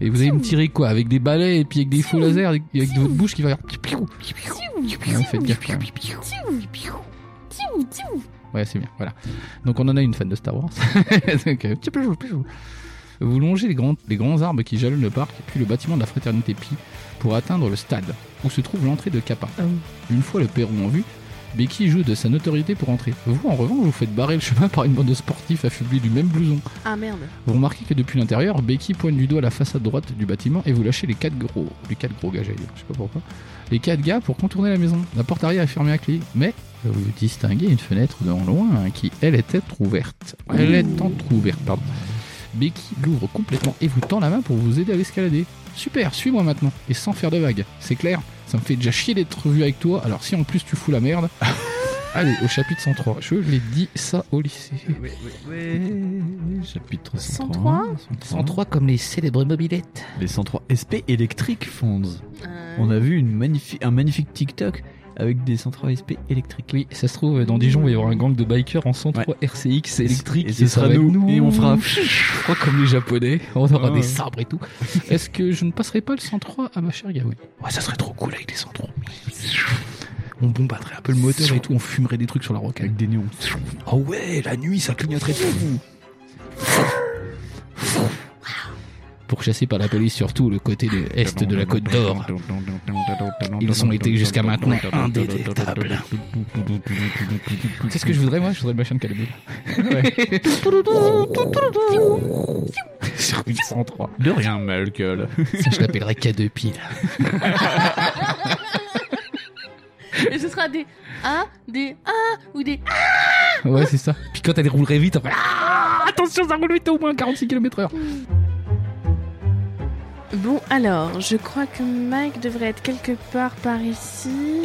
Et vous allez me tirer quoi Avec des balais et puis avec des faux lasers, avec avec votre bouche qui va faire. piou, piou, piou. Ouais, faites gaffe, quand même. Ouais, c'est bien, voilà. Donc on en a une fan de Star Wars. Donc, euh, piou, piou, piou. vous longez les grands, les grands arbres qui jalonnent le parc, puis le bâtiment de la fraternité Pi, pour atteindre le stade, où se trouve l'entrée de Kappa.
Ah oui.
Une fois le Pérou en vue, Becky joue de sa notoriété pour entrer. Vous, en revanche, vous faites barrer le chemin par une bande de sportifs affublés du même blouson.
Ah merde.
Vous remarquez que depuis l'intérieur, Becky pointe du doigt la façade droite du bâtiment et vous lâchez les quatre gros, les quatre gros gars, j'allais dire, je sais pas pourquoi, les quatre gars pour contourner la maison. La porte arrière est fermée à clé, mais vous distinguez une fenêtre dans loin hein, qui, elle, est ouverte. Elle est entrouverte, pardon. Becky l'ouvre complètement et vous tend la main pour vous aider à l'escalader. Super, suis-moi maintenant et sans faire de vagues. C'est clair, ça me fait déjà chier d'être vu avec toi. Alors si en plus tu fous la merde. Allez, au chapitre 103. Je l'ai dit ça au lycée.
Chapitre
103.
103.
103 comme les célèbres mobilettes.
Les 103 SP électriques Fonds.
Ah
Euh,
On a vu une magnifi- un magnifique TikTok avec des 103 SP électriques.
Oui, ça se trouve, dans Dijon, il va y avoir un gang de bikers en 103 RCX électrique.
Et ce sera
va être
nous. Et on fera-
Je crois comme les Japonais. On aura
Ah ouais.
des sabres et tout. Est-ce que je ne passerai pas le 103 à ma chère Gawain Ouais, ça serait trop cool avec les 103. On bombarderait un peu le moteur et tout. On fumerait des trucs sur la rocade.
Avec des néons.
Ah ouais, la nuit, ça clignoterait tout. Pour chasser par la police, surtout le côté de est de la Côte d'Or. Ils ont été jusqu'à maintenant indétectables. C'est ce que je voudrais, moi. Je voudrais le machin de Calabelle. Sur 803.
De rien, Malcolm.
Ça, je l'appellerais K2P.
Et ce sera des A, des A ou des A.
Ouais, c'est ça. Puis quand elle roulerait vite, on fait Ah, Attention, ça roule vite à au moins 46 km/h.
Bon alors, je crois que Mike devrait être quelque part par ici.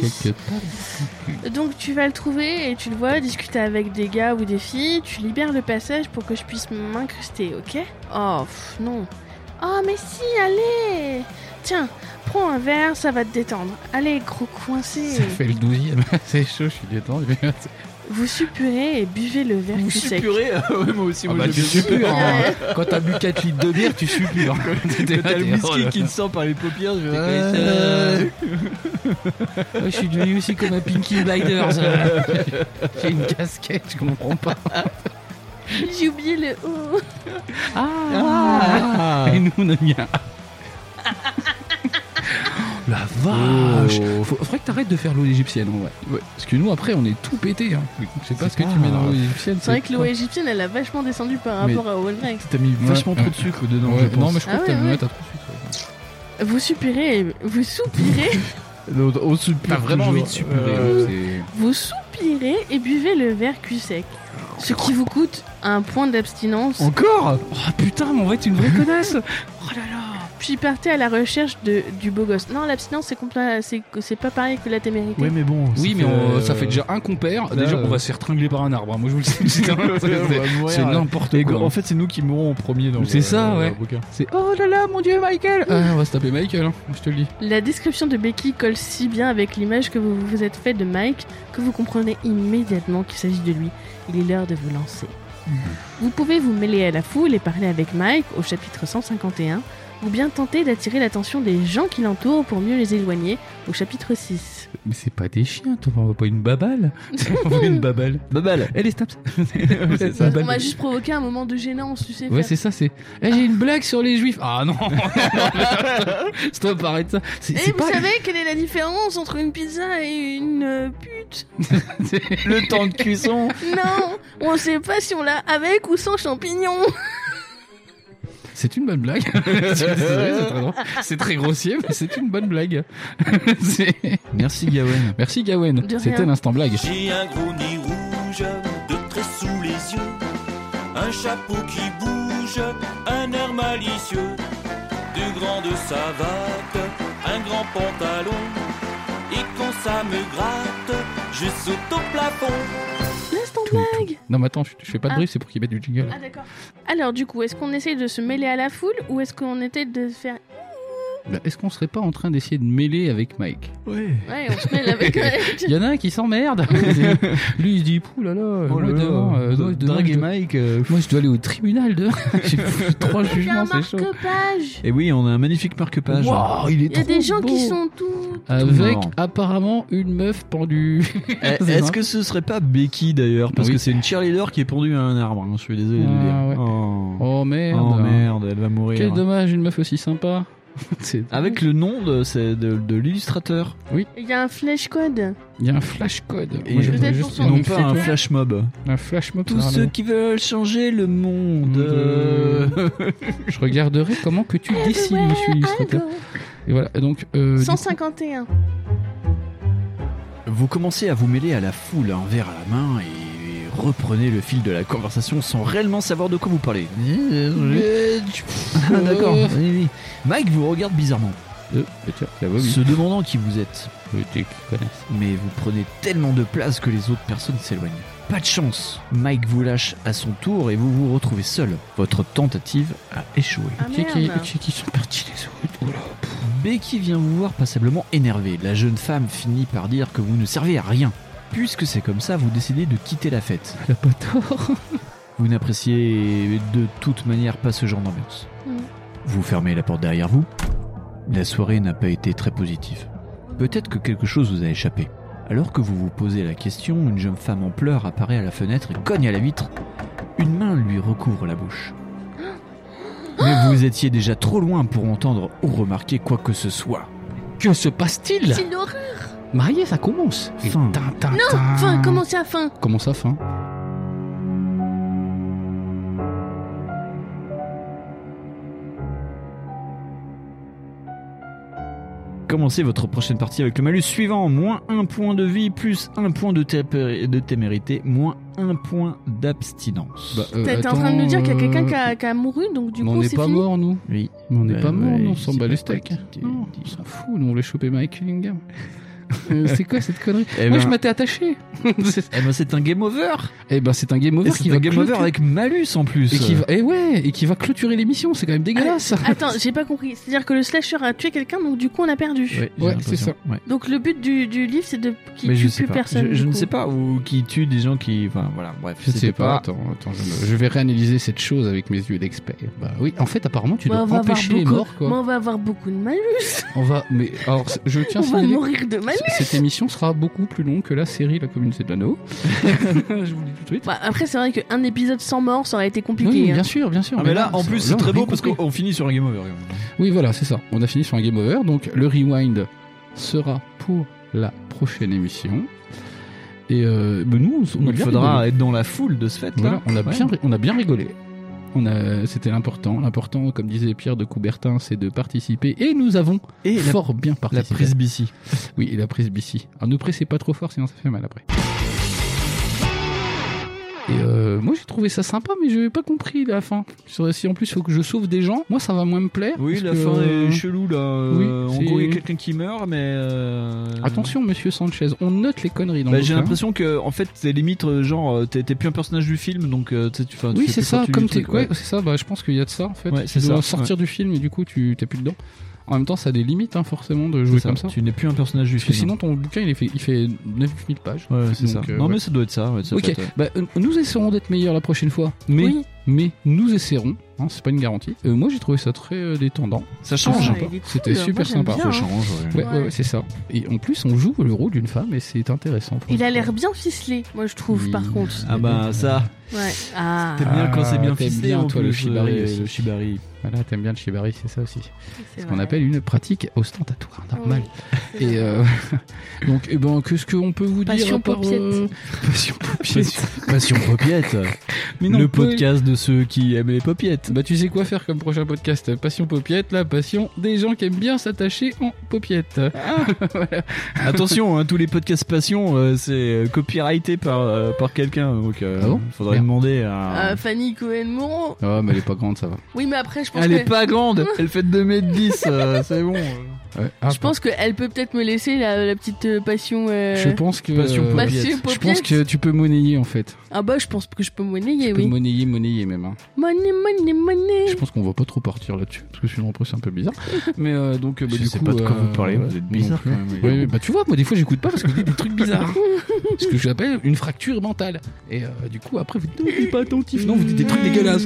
Donc tu vas le trouver et tu le vois, discuter avec des gars ou des filles, tu libères le passage pour que je puisse m'incruster, ok Oh, pff, non. Oh, mais si, allez Tiens, prends un verre, ça va te détendre. Allez, gros coincé
Ça fait le 12 e C'est chaud, je suis détendu.
Vous suppurez et buvez le verre tout sec.
moi aussi,
Ah bah, tu suppures. hein. Quand t'as bu 4 litres de bière, tu suppures. T'es-
T'as le
t'es- oh
whisky
là
qui te sort par les paupières, je Ah,
là.
vais...
Ouais, Je suis devenu aussi comme un Pinky Blinders. euh. J'ai une casquette, je comprends pas.
J'ai oublié le haut.
Ah.
Et nous, on a mis un. La vache Oh. Faut- Faudrait que t'arrêtes de faire l'eau égyptienne, en vrai. Parce que nous, après, on est tout pété. Hein. Je sais pas
C'est
ce que tu
pas-
mets dans l'eau égyptienne.
C'est vrai que l'eau égyptienne, elle a vachement descendu par
Mais-
rapport à Wolverine.
T'as mis vachement
Ouais.
trop de sucre dedans,
Ouais,
je pense.
Non, mais je crois
Ah
que t'as
ouais, ouais.
ouais, t'as trop su, ouais.
Vous suppirez, et- vous soupirez,
Donc, on suppure
T'as vraiment
toujours.
envie de suppurer.
Euh,
vous soupirez et buvez le verre cul sec. Ce qui vous coûte un point d'abstinence.
Encore
Oh putain, mais en fait, tu une vraie connasse Oh là là
Puis partez à la recherche de, du beau gosse. Non, l'abstinence, c'est compla- c'est c'est pas pareil que la témérité.
Ouais, mais bon.
Oui, mais on-
euh,
ça fait déjà un compère.
là,
Déjà,
euh,
on va se faire tringler par un arbre. hein. Moi, je vous le dis. putain,
Ouais,
c'est-
on va mourir.
C'est n'importe
Et
quoi.
En fait, c'est nous qui mourrons en premier dans
C'est
le-
ça,
dans le
ouais.
bouquin.
C'est oh là là, mon dieu, Michael Ah, On va se taper Michael, hein, je te le dis.
La description de Becky colle si bien avec l'image que vous vous êtes faite de Mike que vous comprenez immédiatement qu'il s'agit de lui. Il est l'heure de vous lancer. Vous pouvez vous mêler à la foule et parler avec Mike au chapitre 151 ou bien tenter d'attirer l'attention des gens qui l'entourent pour mieux les éloigner au chapitre 6.
Mais c'est pas des chiens, toi, on voit pas une babale On voit une babale.
Babal
Elle est stabs C'est ça,
On m'a
babale.
juste provoqué un moment de gênance, tu sais.
Ouais,
faire-
c'est ça, c'est. Eh, j'ai une blague sur les juifs Ah non Stop, arrête ça C'est
Et
c'est
Eh, vous
pas.
savez quelle est la différence entre une pizza et une euh, pute
c'est-
Le temps de cuisson
Non, on sait pas si on l'a avec ou sans champignons.
C'est une bonne blague. Je suis désolé, c'est très drôle. c'est très grossier, mais c'est une bonne blague. C'est-
Merci Gawen.
Merci Gawen.
De rien.
C'était l'instant blague.
J'ai un gros nez rouge, de traits sous les yeux, un chapeau qui bouge, un air malicieux, de grandes savates, un grand pantalon, et quand ça me gratte, je saute au plafond.
L'instant
Tout, tout.
blague
Non, mais attends, je, je fais pas de
Ah.
bruit, c'est pour qu'il mette du jingle.
Ah d'accord. Alors du coup, est-ce qu'on essaye de se mêler à la foule ou est-ce qu'on était de faire...
Bah, Est-ce qu'on serait pas en train d'essayer de mêler avec Mike
Ouais.
Ouais, on se mêle avec...
Il y en a un qui s'emmerde. Lui, il dit Pouh là là,
Oh
Oh
moi, demain, euh, moi, demain, je
Drague et
dois-
Mike. euh,
moi, je dois aller au tribunal de. J'ai trois
Il y a un
jugements, c'est chaud.
marque-page
Et Eh oui, on a un magnifique marque-page.
Waouh, il est
Il y a
trop
des gens
beau.
qui sont tous...
Avec
morts.
apparemment une meuf pendue.
Eh,
C'est
Est-ce
ça.
que ce serait pas Becky d'ailleurs Parce
Oui.
que c'est une cheerleader qui est pendue à un arbre. hein, Je suis désolé de le dire.
Ah ouais.
Oh.
Oh merde.
Oh, merde, elle va mourir.
Quel dommage, une meuf aussi sympa. C'est-
Avec le nom de, c'est de, de l'illustrateur.
Il y a un flash code.
Il y a un flash code.
Et
Moi, je
peut-être
voudrais
pour
juste
son
une
Non
flic,
pas un
ouais.
flash mob.
Un flash mob.
Tous
ça
ceux
ramène.
qui veulent changer le monde.
Euh, Je regarderai comment que tu
Ah,
dessines, monsieur illustrateur. Et voilà, donc... Euh,
151.
Vous commencez à vous mêler à la foule, un verre à la main, et reprenez le fil de la conversation sans réellement savoir de quoi vous parlez.
Euh,
Ah, D'accord.
Euh.
Oui, oui. Mike vous regarde bizarrement,
du coup, euh, bah, tiens, la voix, oui.
se demandant qui vous êtes.
Oui, t'es qui connaissent.
Mais vous prenez tellement de place que les autres personnes s'éloignent. Pas de chance. Mike vous lâche à son tour et vous vous retrouvez seul. Votre tentative a échoué.
Ah
Qui- qui-
merde.
qui- qui sont partis les autres Oh là.
Becky vient vous voir passablement énervée. La jeune femme finit par dire que vous ne servez à rien. Puisque c'est comme ça, vous décidez de quitter la fête.
Elle a pas tort.
Vous n'appréciez de toute manière pas ce genre d'ambiance.
Mm.
Vous fermez la porte derrière vous. La soirée n'a pas été très positive. Peut-être que quelque chose vous a échappé. Alors que vous vous posez la question, une jeune femme en pleurs apparaît à la fenêtre et cogne à la vitre. Une main lui recouvre la bouche. Mais vous étiez déjà trop loin pour entendre ou remarquer quoi que ce soit.
Que se passe-t-il
C'est une horreur.
Marié, ça commence. Et
Fin.
tin, tin,
Non,
tin.
fin, comment c'est à fin
Comment ça, fin
Commencez votre prochaine partie avec le malus suivant. Moins 1 point de vie, plus 1 point de, tépé- de témérité, moins 1 point d'abstinence.
Bah, euh,
T'es t'es en
attends,
train de nous dire qu'il y a quelqu'un
euh,
qui a, qui a mouru, donc du
mais
coup
on n'est
c'est
pas
fini.
mort, nous.
oui. Bah
Mais on n'est
Ouais,
pas mort,
ouais,
nous, on
je
s'en
sais
bat
pas
les
quoi
steaks.
qui te
Non,
dit.
on s'en fout, nous, on voulait choper Mike Cunningham. Euh, c'est quoi cette connerie
Eh
Moi,
ben-
je m'étais attaché. C'est-
Eh ben c'est un game over
eh ben, c'est un game over
Et C'est
qui
un
va
game
clôturer-
over avec malus en plus
Et qui va... eh ouais, et qui va clôturer l'émission, c'est quand même dégueulasse.
Ah,
Attends, j'ai pas compris. C'est-à-dire que le slasher a tué quelqu'un, donc du coup on a perdu.
Ouais, j'ai
Ouais,
l'impression.
c'est ça.
Ouais.
Donc le but du, du livre c'est de qu'il
Mais
tue
je sais
plus
pas.
personne.
Je,
du
je ne
coup.
sais pas, ou qui tue des gens qui... Enfin voilà, bref,
Je sais
c'était
pas, attends, attends, je, me- je vais réanalyser cette chose avec mes yeux d'expert. Bah oui, en fait, apparemment, tu
Bah,
dois
on va avoir
empêcher les
beaucoup-
morts, quoi.
mais on va avoir beaucoup de malus.
On va, mais alors, c- je tiens
On
à
va
signaler
mourir de malus.
que c- Cette émission sera beaucoup plus longue que la série La Communauté de l'Anneau. je vous le dis tout de suite.
Bah, après, c'est vrai qu'un épisode sans mort, ça aurait été compliqué.
Oui,
hein.
bien sûr, bien sûr.
Ah mais là, en
ça-
plus,
là,
c'est
on
très
a
beau
bien
parce
compris.
qu'on finit sur un game over.
Oui, voilà, c'est ça. On a fini sur un game over. Donc, le rewind sera pour la prochaine émission. Et euh, ben, nous, on a
Il
bien
faudra
rigolé.
être dans la foule de ce fait
Voilà,
là.
on, a
Ouais.
bien, ri- on a bien rigolé. On a, c'était l'important. L'important, comme disait Pierre de Coubertin, c'est de participer. Et nous avons
Et la,
fort bien
la
participé.
prise BC.
Oui, et la prise BC. Alors ne pressez pas trop fort, sinon ça fait mal après. Et euh, moi j'ai trouvé ça sympa, mais je n'ai pas compris la fin. Sur- Si en plus il faut que je sauve des gens, moi ça va moins me plaire.
Oui,
parce
la
que,
fin
euh,
est chelou là. Euh,
oui,
en
c'est-
gros, il y a quelqu'un qui meurt, mais. euh,
Attention, monsieur Sanchez, on note les conneries dans
Bah,
le
j'ai
bouquin.
l'impression que, en fait, c'est limite, euh, genre, euh, t'es t'es plus un personnage du film, donc euh, tu sais, tu, enfin, tu
Oui,
fais
c'est
plus
ça,
partie du
comme t'es.
truc,
Ouais, c'est ça, bah, je pense qu'il y a de ça en fait.
Ouais,
tu
c'est
dois
ça,
sortir du film et du coup tu t'es plus dedans. En même temps, ça a des limites hein, forcément de jouer
C'est
comme ça.
Tu n'es plus un personnage du
Parce que
film.
sinon ton bouquin il, est fait, il fait 9000 pages.
Ouais, c'est ça.
Donc, euh,
non,
ouais.
mais ça doit être ça. ouais, ça
Ok,
fait, ouais.
bah, euh, nous essaierons d'être meilleurs la prochaine fois. Mais
Oui.
mais nous essaierons. hein, c'est pas une garantie. Euh, moi, j'ai trouvé ça très euh, détendant.
Ça
C'était
change.
Ah,
sympa.
il est cool.
C'était
Moi,
super
j'aime
sympa.
bien,
Ça
hein.
change, ouais.
Ouais, ouais, ouais, c'est ça. Et en plus, on joue le rôle d'une femme et c'est intéressant. pour
Il
le
a
coup.
l'air bien ficelé, moi je trouve,
hein. Oui.
par contre.
Ah bah ça,
Ouais. Ah,
t'aimes bien quand c'est bien
Ah, t'aimes
ficelé
bien,
en
toi,
plus,
le shibari
euh,
aussi.
le shibari.
Voilà, t'aimes bien le shibari, c'est ça aussi.
c'est
Ce qu'on
vrai.
appelle une pratique ostentatoire, normal.
Oui.
Et euh, donc, eh ben, qu'est-ce qu'on peut vous
Passion
dire à part,
paupiette.
euh, Passion paupiette.
Passion Popiette,
Mais non,
le
pas-
podcast de ceux qui aiment les popiettes.
Bah, tu sais quoi faire comme prochain podcast Passion paupiette, la passion des gens qui aiment bien s'attacher en paupiette.
Attention, hein, tous les podcasts passion, euh, c'est euh, copyrighté par, euh, par quelqu'un, donc euh,
Ah bon
faudrait
Merde.
demander à...
Ah.
Euh, Fanny Cohen-Moreau.
Oh, mais elle est pas grande, ça va.
Oui, mais après, je pense
elle est
que.
pas grande, elle fait 2m10, euh, c'est bon.
Ouais. Ah,
Je pense qu'elle peut peut-être me laisser la, la petite euh, passion. euh,
je pense que.
Passion
euh,
paupiette.
Passion
je pense
paupiette.
que tu peux monnayer en fait.
Ah bah, je pense que je peux monnayer,
Tu peux
Eh oui.
monnayer, monnayer même. hein.
Money, money, money.
Je pense qu'on va pas trop partir là-dessus parce que sinon après c'est un peu bizarre. Mais euh, donc euh, bah,
Je
du
sais
coup,
pas de quoi
euh,
vous parlez,
ouais,
vous êtes
non
bizarre
plus.
quand même.
Oui, oui, bah tu vois, moi des fois j'écoute pas parce que vous dites des trucs bizarres. Ce que j'appelle une fracture mentale. Et euh, du coup après vous dites non, t'es pas attentif, non, vous dites des
Mm.
trucs dégueulasses.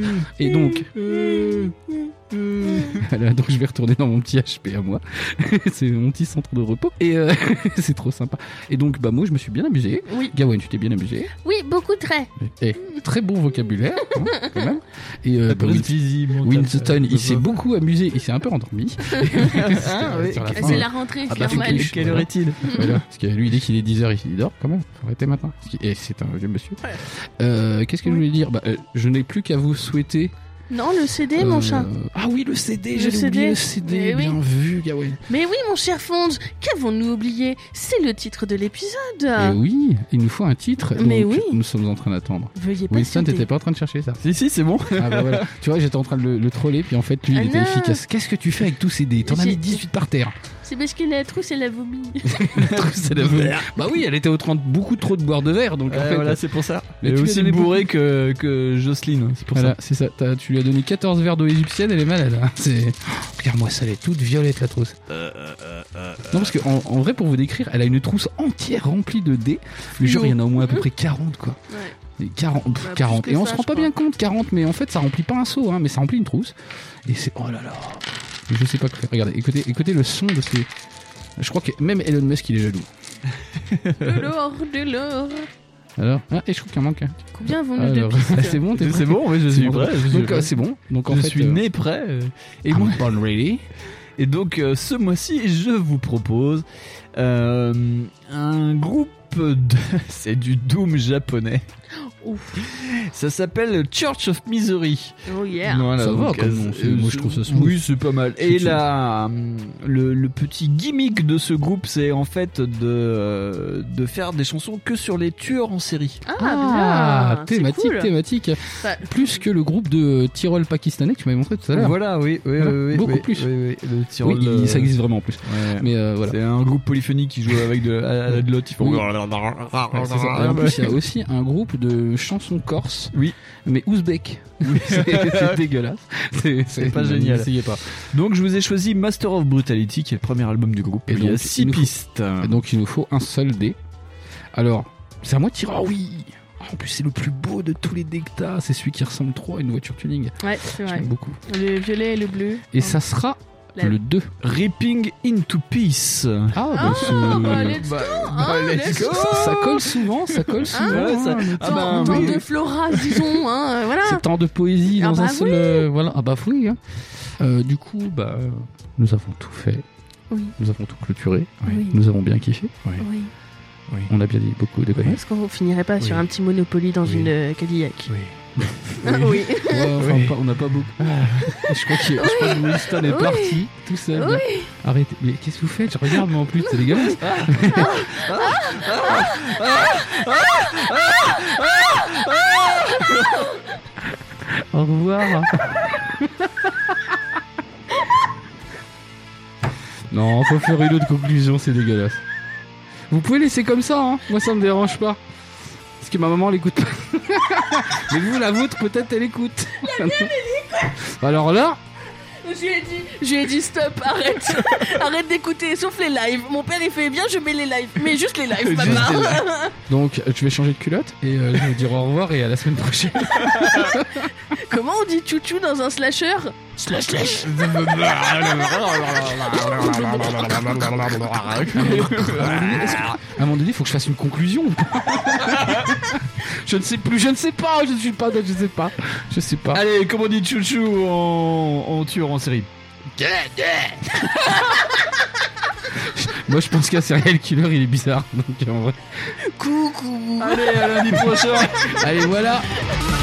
Et donc.
Euh,
Voilà, donc je vais retourner dans mon petit HP à moi. c'est mon petit centre de repos. Et euh, c'est trop sympa. Et donc bah moi je me suis bien amusé.
Oui.
Gawain, tu t'es bien amusé.
Oui, beaucoup de traits.
Et très bon vocabulaire, hein, quand même. Et euh,
La
bah,
police
Win-
visible,
Winston, il s'est Ah,
beau.
beaucoup amusé, il s'est un peu endormi.
Ah,
C'était
oui.
sur la
C'est
fin,
la rentrée,
Ah
c'est
bah, faut
normal.
qu'il-
Quelle heure est-il
Voilà, parce que lui, dès qu'il est 10h, il dort quand même. Faut arrêter maintenant. Parce qu'il- Et c'est un vieux monsieur. Euh, Qu'est-ce que je voulais dire Bah, euh, Je n'ai plus qu'à vous souhaiter.
Non, le CD, mon
euh,
chat.
Ah oui, le CD,
Le
j'avais oublié
CD.
le CD.
Eh oui.
Bien vu, Gawain.
Mais oui, mon cher Fonge, qu'avons-nous oublié C'est le titre de l'épisode.
Et oui, il nous faut un titre.
Ah. Mais
donc
oui.
Nous sommes en train d'attendre.
Veuillez
Winston,
patienter.
t'étais pas en train de chercher ça.
Si, si, c'est bon.
Ah bah voilà. Tu vois, j'étais en train de le, le troller, puis en fait, lui,
Ah
il était
non.
efficace. Qu'est-ce que tu fais avec tous ces dés T'en as
J'ai-
mis 18 par terre.
C'est parce que la trousse, elle a vomi.
C'est la Bah oui, elle était au train de beaucoup trop de boire de verre, donc en
Ouais,
fait. euh,
voilà, c'est pour ça.
Mais
Elle est
tu
aussi
l'as donné
bourré que, que Jocelyne, c'est pour
Voilà, c'est ça. T'as- tu lui as donné 14 verres d'eau égyptienne, elle est malade. hein. C'est... Oh, Regarde-moi ça, elle est toute violette la trousse. Non, parce qu'en en, en vrai, pour vous décrire, elle a une trousse entière remplie de dés. Mais genre, il y en a au moins à peu près 40, quoi.
Mhm. Ouais. Bah,
Et 40, pff,
plus
40.
que
Et on
ça,
se
je
rend pas
crois.
bien compte, 40, mais en fait, ça remplit pas un seau, hein, mais ça remplit une trousse. Et c'est. Oh là là. Mais Je sais pas quoi faire. Regardez, écoutez, écoutez le son de ces. Je crois que même Elon Musk, il est jaloux.
De l'or, de l'or.
Alors, ah, et je trouve qu'il en manque. un.
Combien avons-nous de
Alors,
pistes
c'est bon, t'es
ça.
prêt
C'est bon, oui, je
C'est
suis
bon.
prêt. je suis
Donc,
prêt.
euh, c'est bon. Donc, en
je
fait,
suis
euh, Ah,
né prêt. euh, Et
I'm
moi,
born ready.
Et donc euh, ce mois-ci, je vous propose euh, un groupe de... C'est du doom japonais.
Ouf.
Ça s'appelle Church of Misery.
Oh yeah.
Voilà,
Ça va
donc,
comme
euh,
nom, c'est-
euh,
moi, je trouve ça smooth.
Oui, c'est pas mal. Et
C'est
là, euh, le, le petit gimmick de ce groupe, c'est en fait de, euh, de faire des chansons que sur les tueurs en série.
Ah, bien. C'est
thématique,
cool.
thématique.
Bah,
Plus que le groupe de euh, Tyrol pakistanais que tu m'avais montré tout à l'heure.
Voilà, oui, oui,
Voilà,
oui, oui,
beaucoup
oui,
plus.
oui, oui, le tir
Oui,
au-
il- ça existe vraiment en plus.
Ouais.
Mais euh, voilà.
C'est un groupe polyphonique qui joue avec de, à- à de l'autre. Ils font-
Oui. Ouais, c'est ça. Et en plus, il y a
Ouais,
aussi un groupe de chansons corses.
Oui.
Mais ouzbek. c'est c'est dégueulasse. C'est
C'est pas génial.
N'essayez pas.
Donc je vous ai choisi Master of Brutality, qui est le premier album du groupe.
Et
il y a
donc,
6
il nous faut-
pistes.
Et donc, il nous faut un seul dé. Alors, c'est à moi de tirer. Ah oui! Ah, en plus, c'est le plus beau de tous les dés que t'as. C'est celui qui ressemble trop à une voiture tuning.
Ouais, c'est vrai.
J'aime beaucoup.
Le violet et le bleu.
Et ça sera
La-
le 2.
Ripping into Peace.
Ah,
bah,
c'est-
bah, let's
Bah,
Ah,
hein,
bah, let's
let's
go.
Ça, ça colle souvent, ça colle souvent.
Ouais, ça-
hein, le
Ah
Tant,
bah,
tant
oui.
de flora, disons, hein, euh, voilà.
C'est tant de poésie
Ah
dans
bah
un seul.
oui.
euh, voilà, ah bah oui. hein. Euh, du coup, bah, euh, nous avons tout fait.
Oui.
Nous avons tout clôturé.
Oui.
Nous avons bien kiffé.
Oui.
On a bien dit beaucoup de conneries.
Est-ce qu'on finirait pas sur un petit Monopoly dans une euh, Cadillac Ah, Oui.
Ouais, enfin,
Oui.
pas- on n'a pas beaucoup. je crois que, je crois que Winston est
Oui.
parti tout seul. Arrêtez. Mais qu'est-ce que vous faites Je regarde, mais en plus, c'est dégueulasse. Au revoir. Non, faut faire une autre conclusion, c'est dégueulasse. Vous pouvez laisser comme ça, hein Moi, ça me dérange pas. Parce que ma maman l'écoute pas. Mais vous, la vôtre, peut-être elle écoute. Alors là,
Je lui ai dit, je lui ai dit stop, arrête, arrête d'écouter, sauf les lives. Mon père il fait bien, je mets les lives, mais juste les lives, pas
Juste
marre.
les Donc, je vais changer de culotte et euh, je vais vous dire au revoir et à la semaine prochaine.
Comment on dit chouchou dans un slasher
Slash, slash. À un moment donné, il faut que je fasse une conclusion. je ne sais plus, je ne sais pas, je ne suis pas, je ne sais pas, je sais pas.
Allez, comment on dit chouchou en, en tueur en série
Moi, je pense qu'un serial killer, il est bizarre. Donc, en vrai.
Coucou.
Allez, à lundi prochain
Allez, voilà.
Salut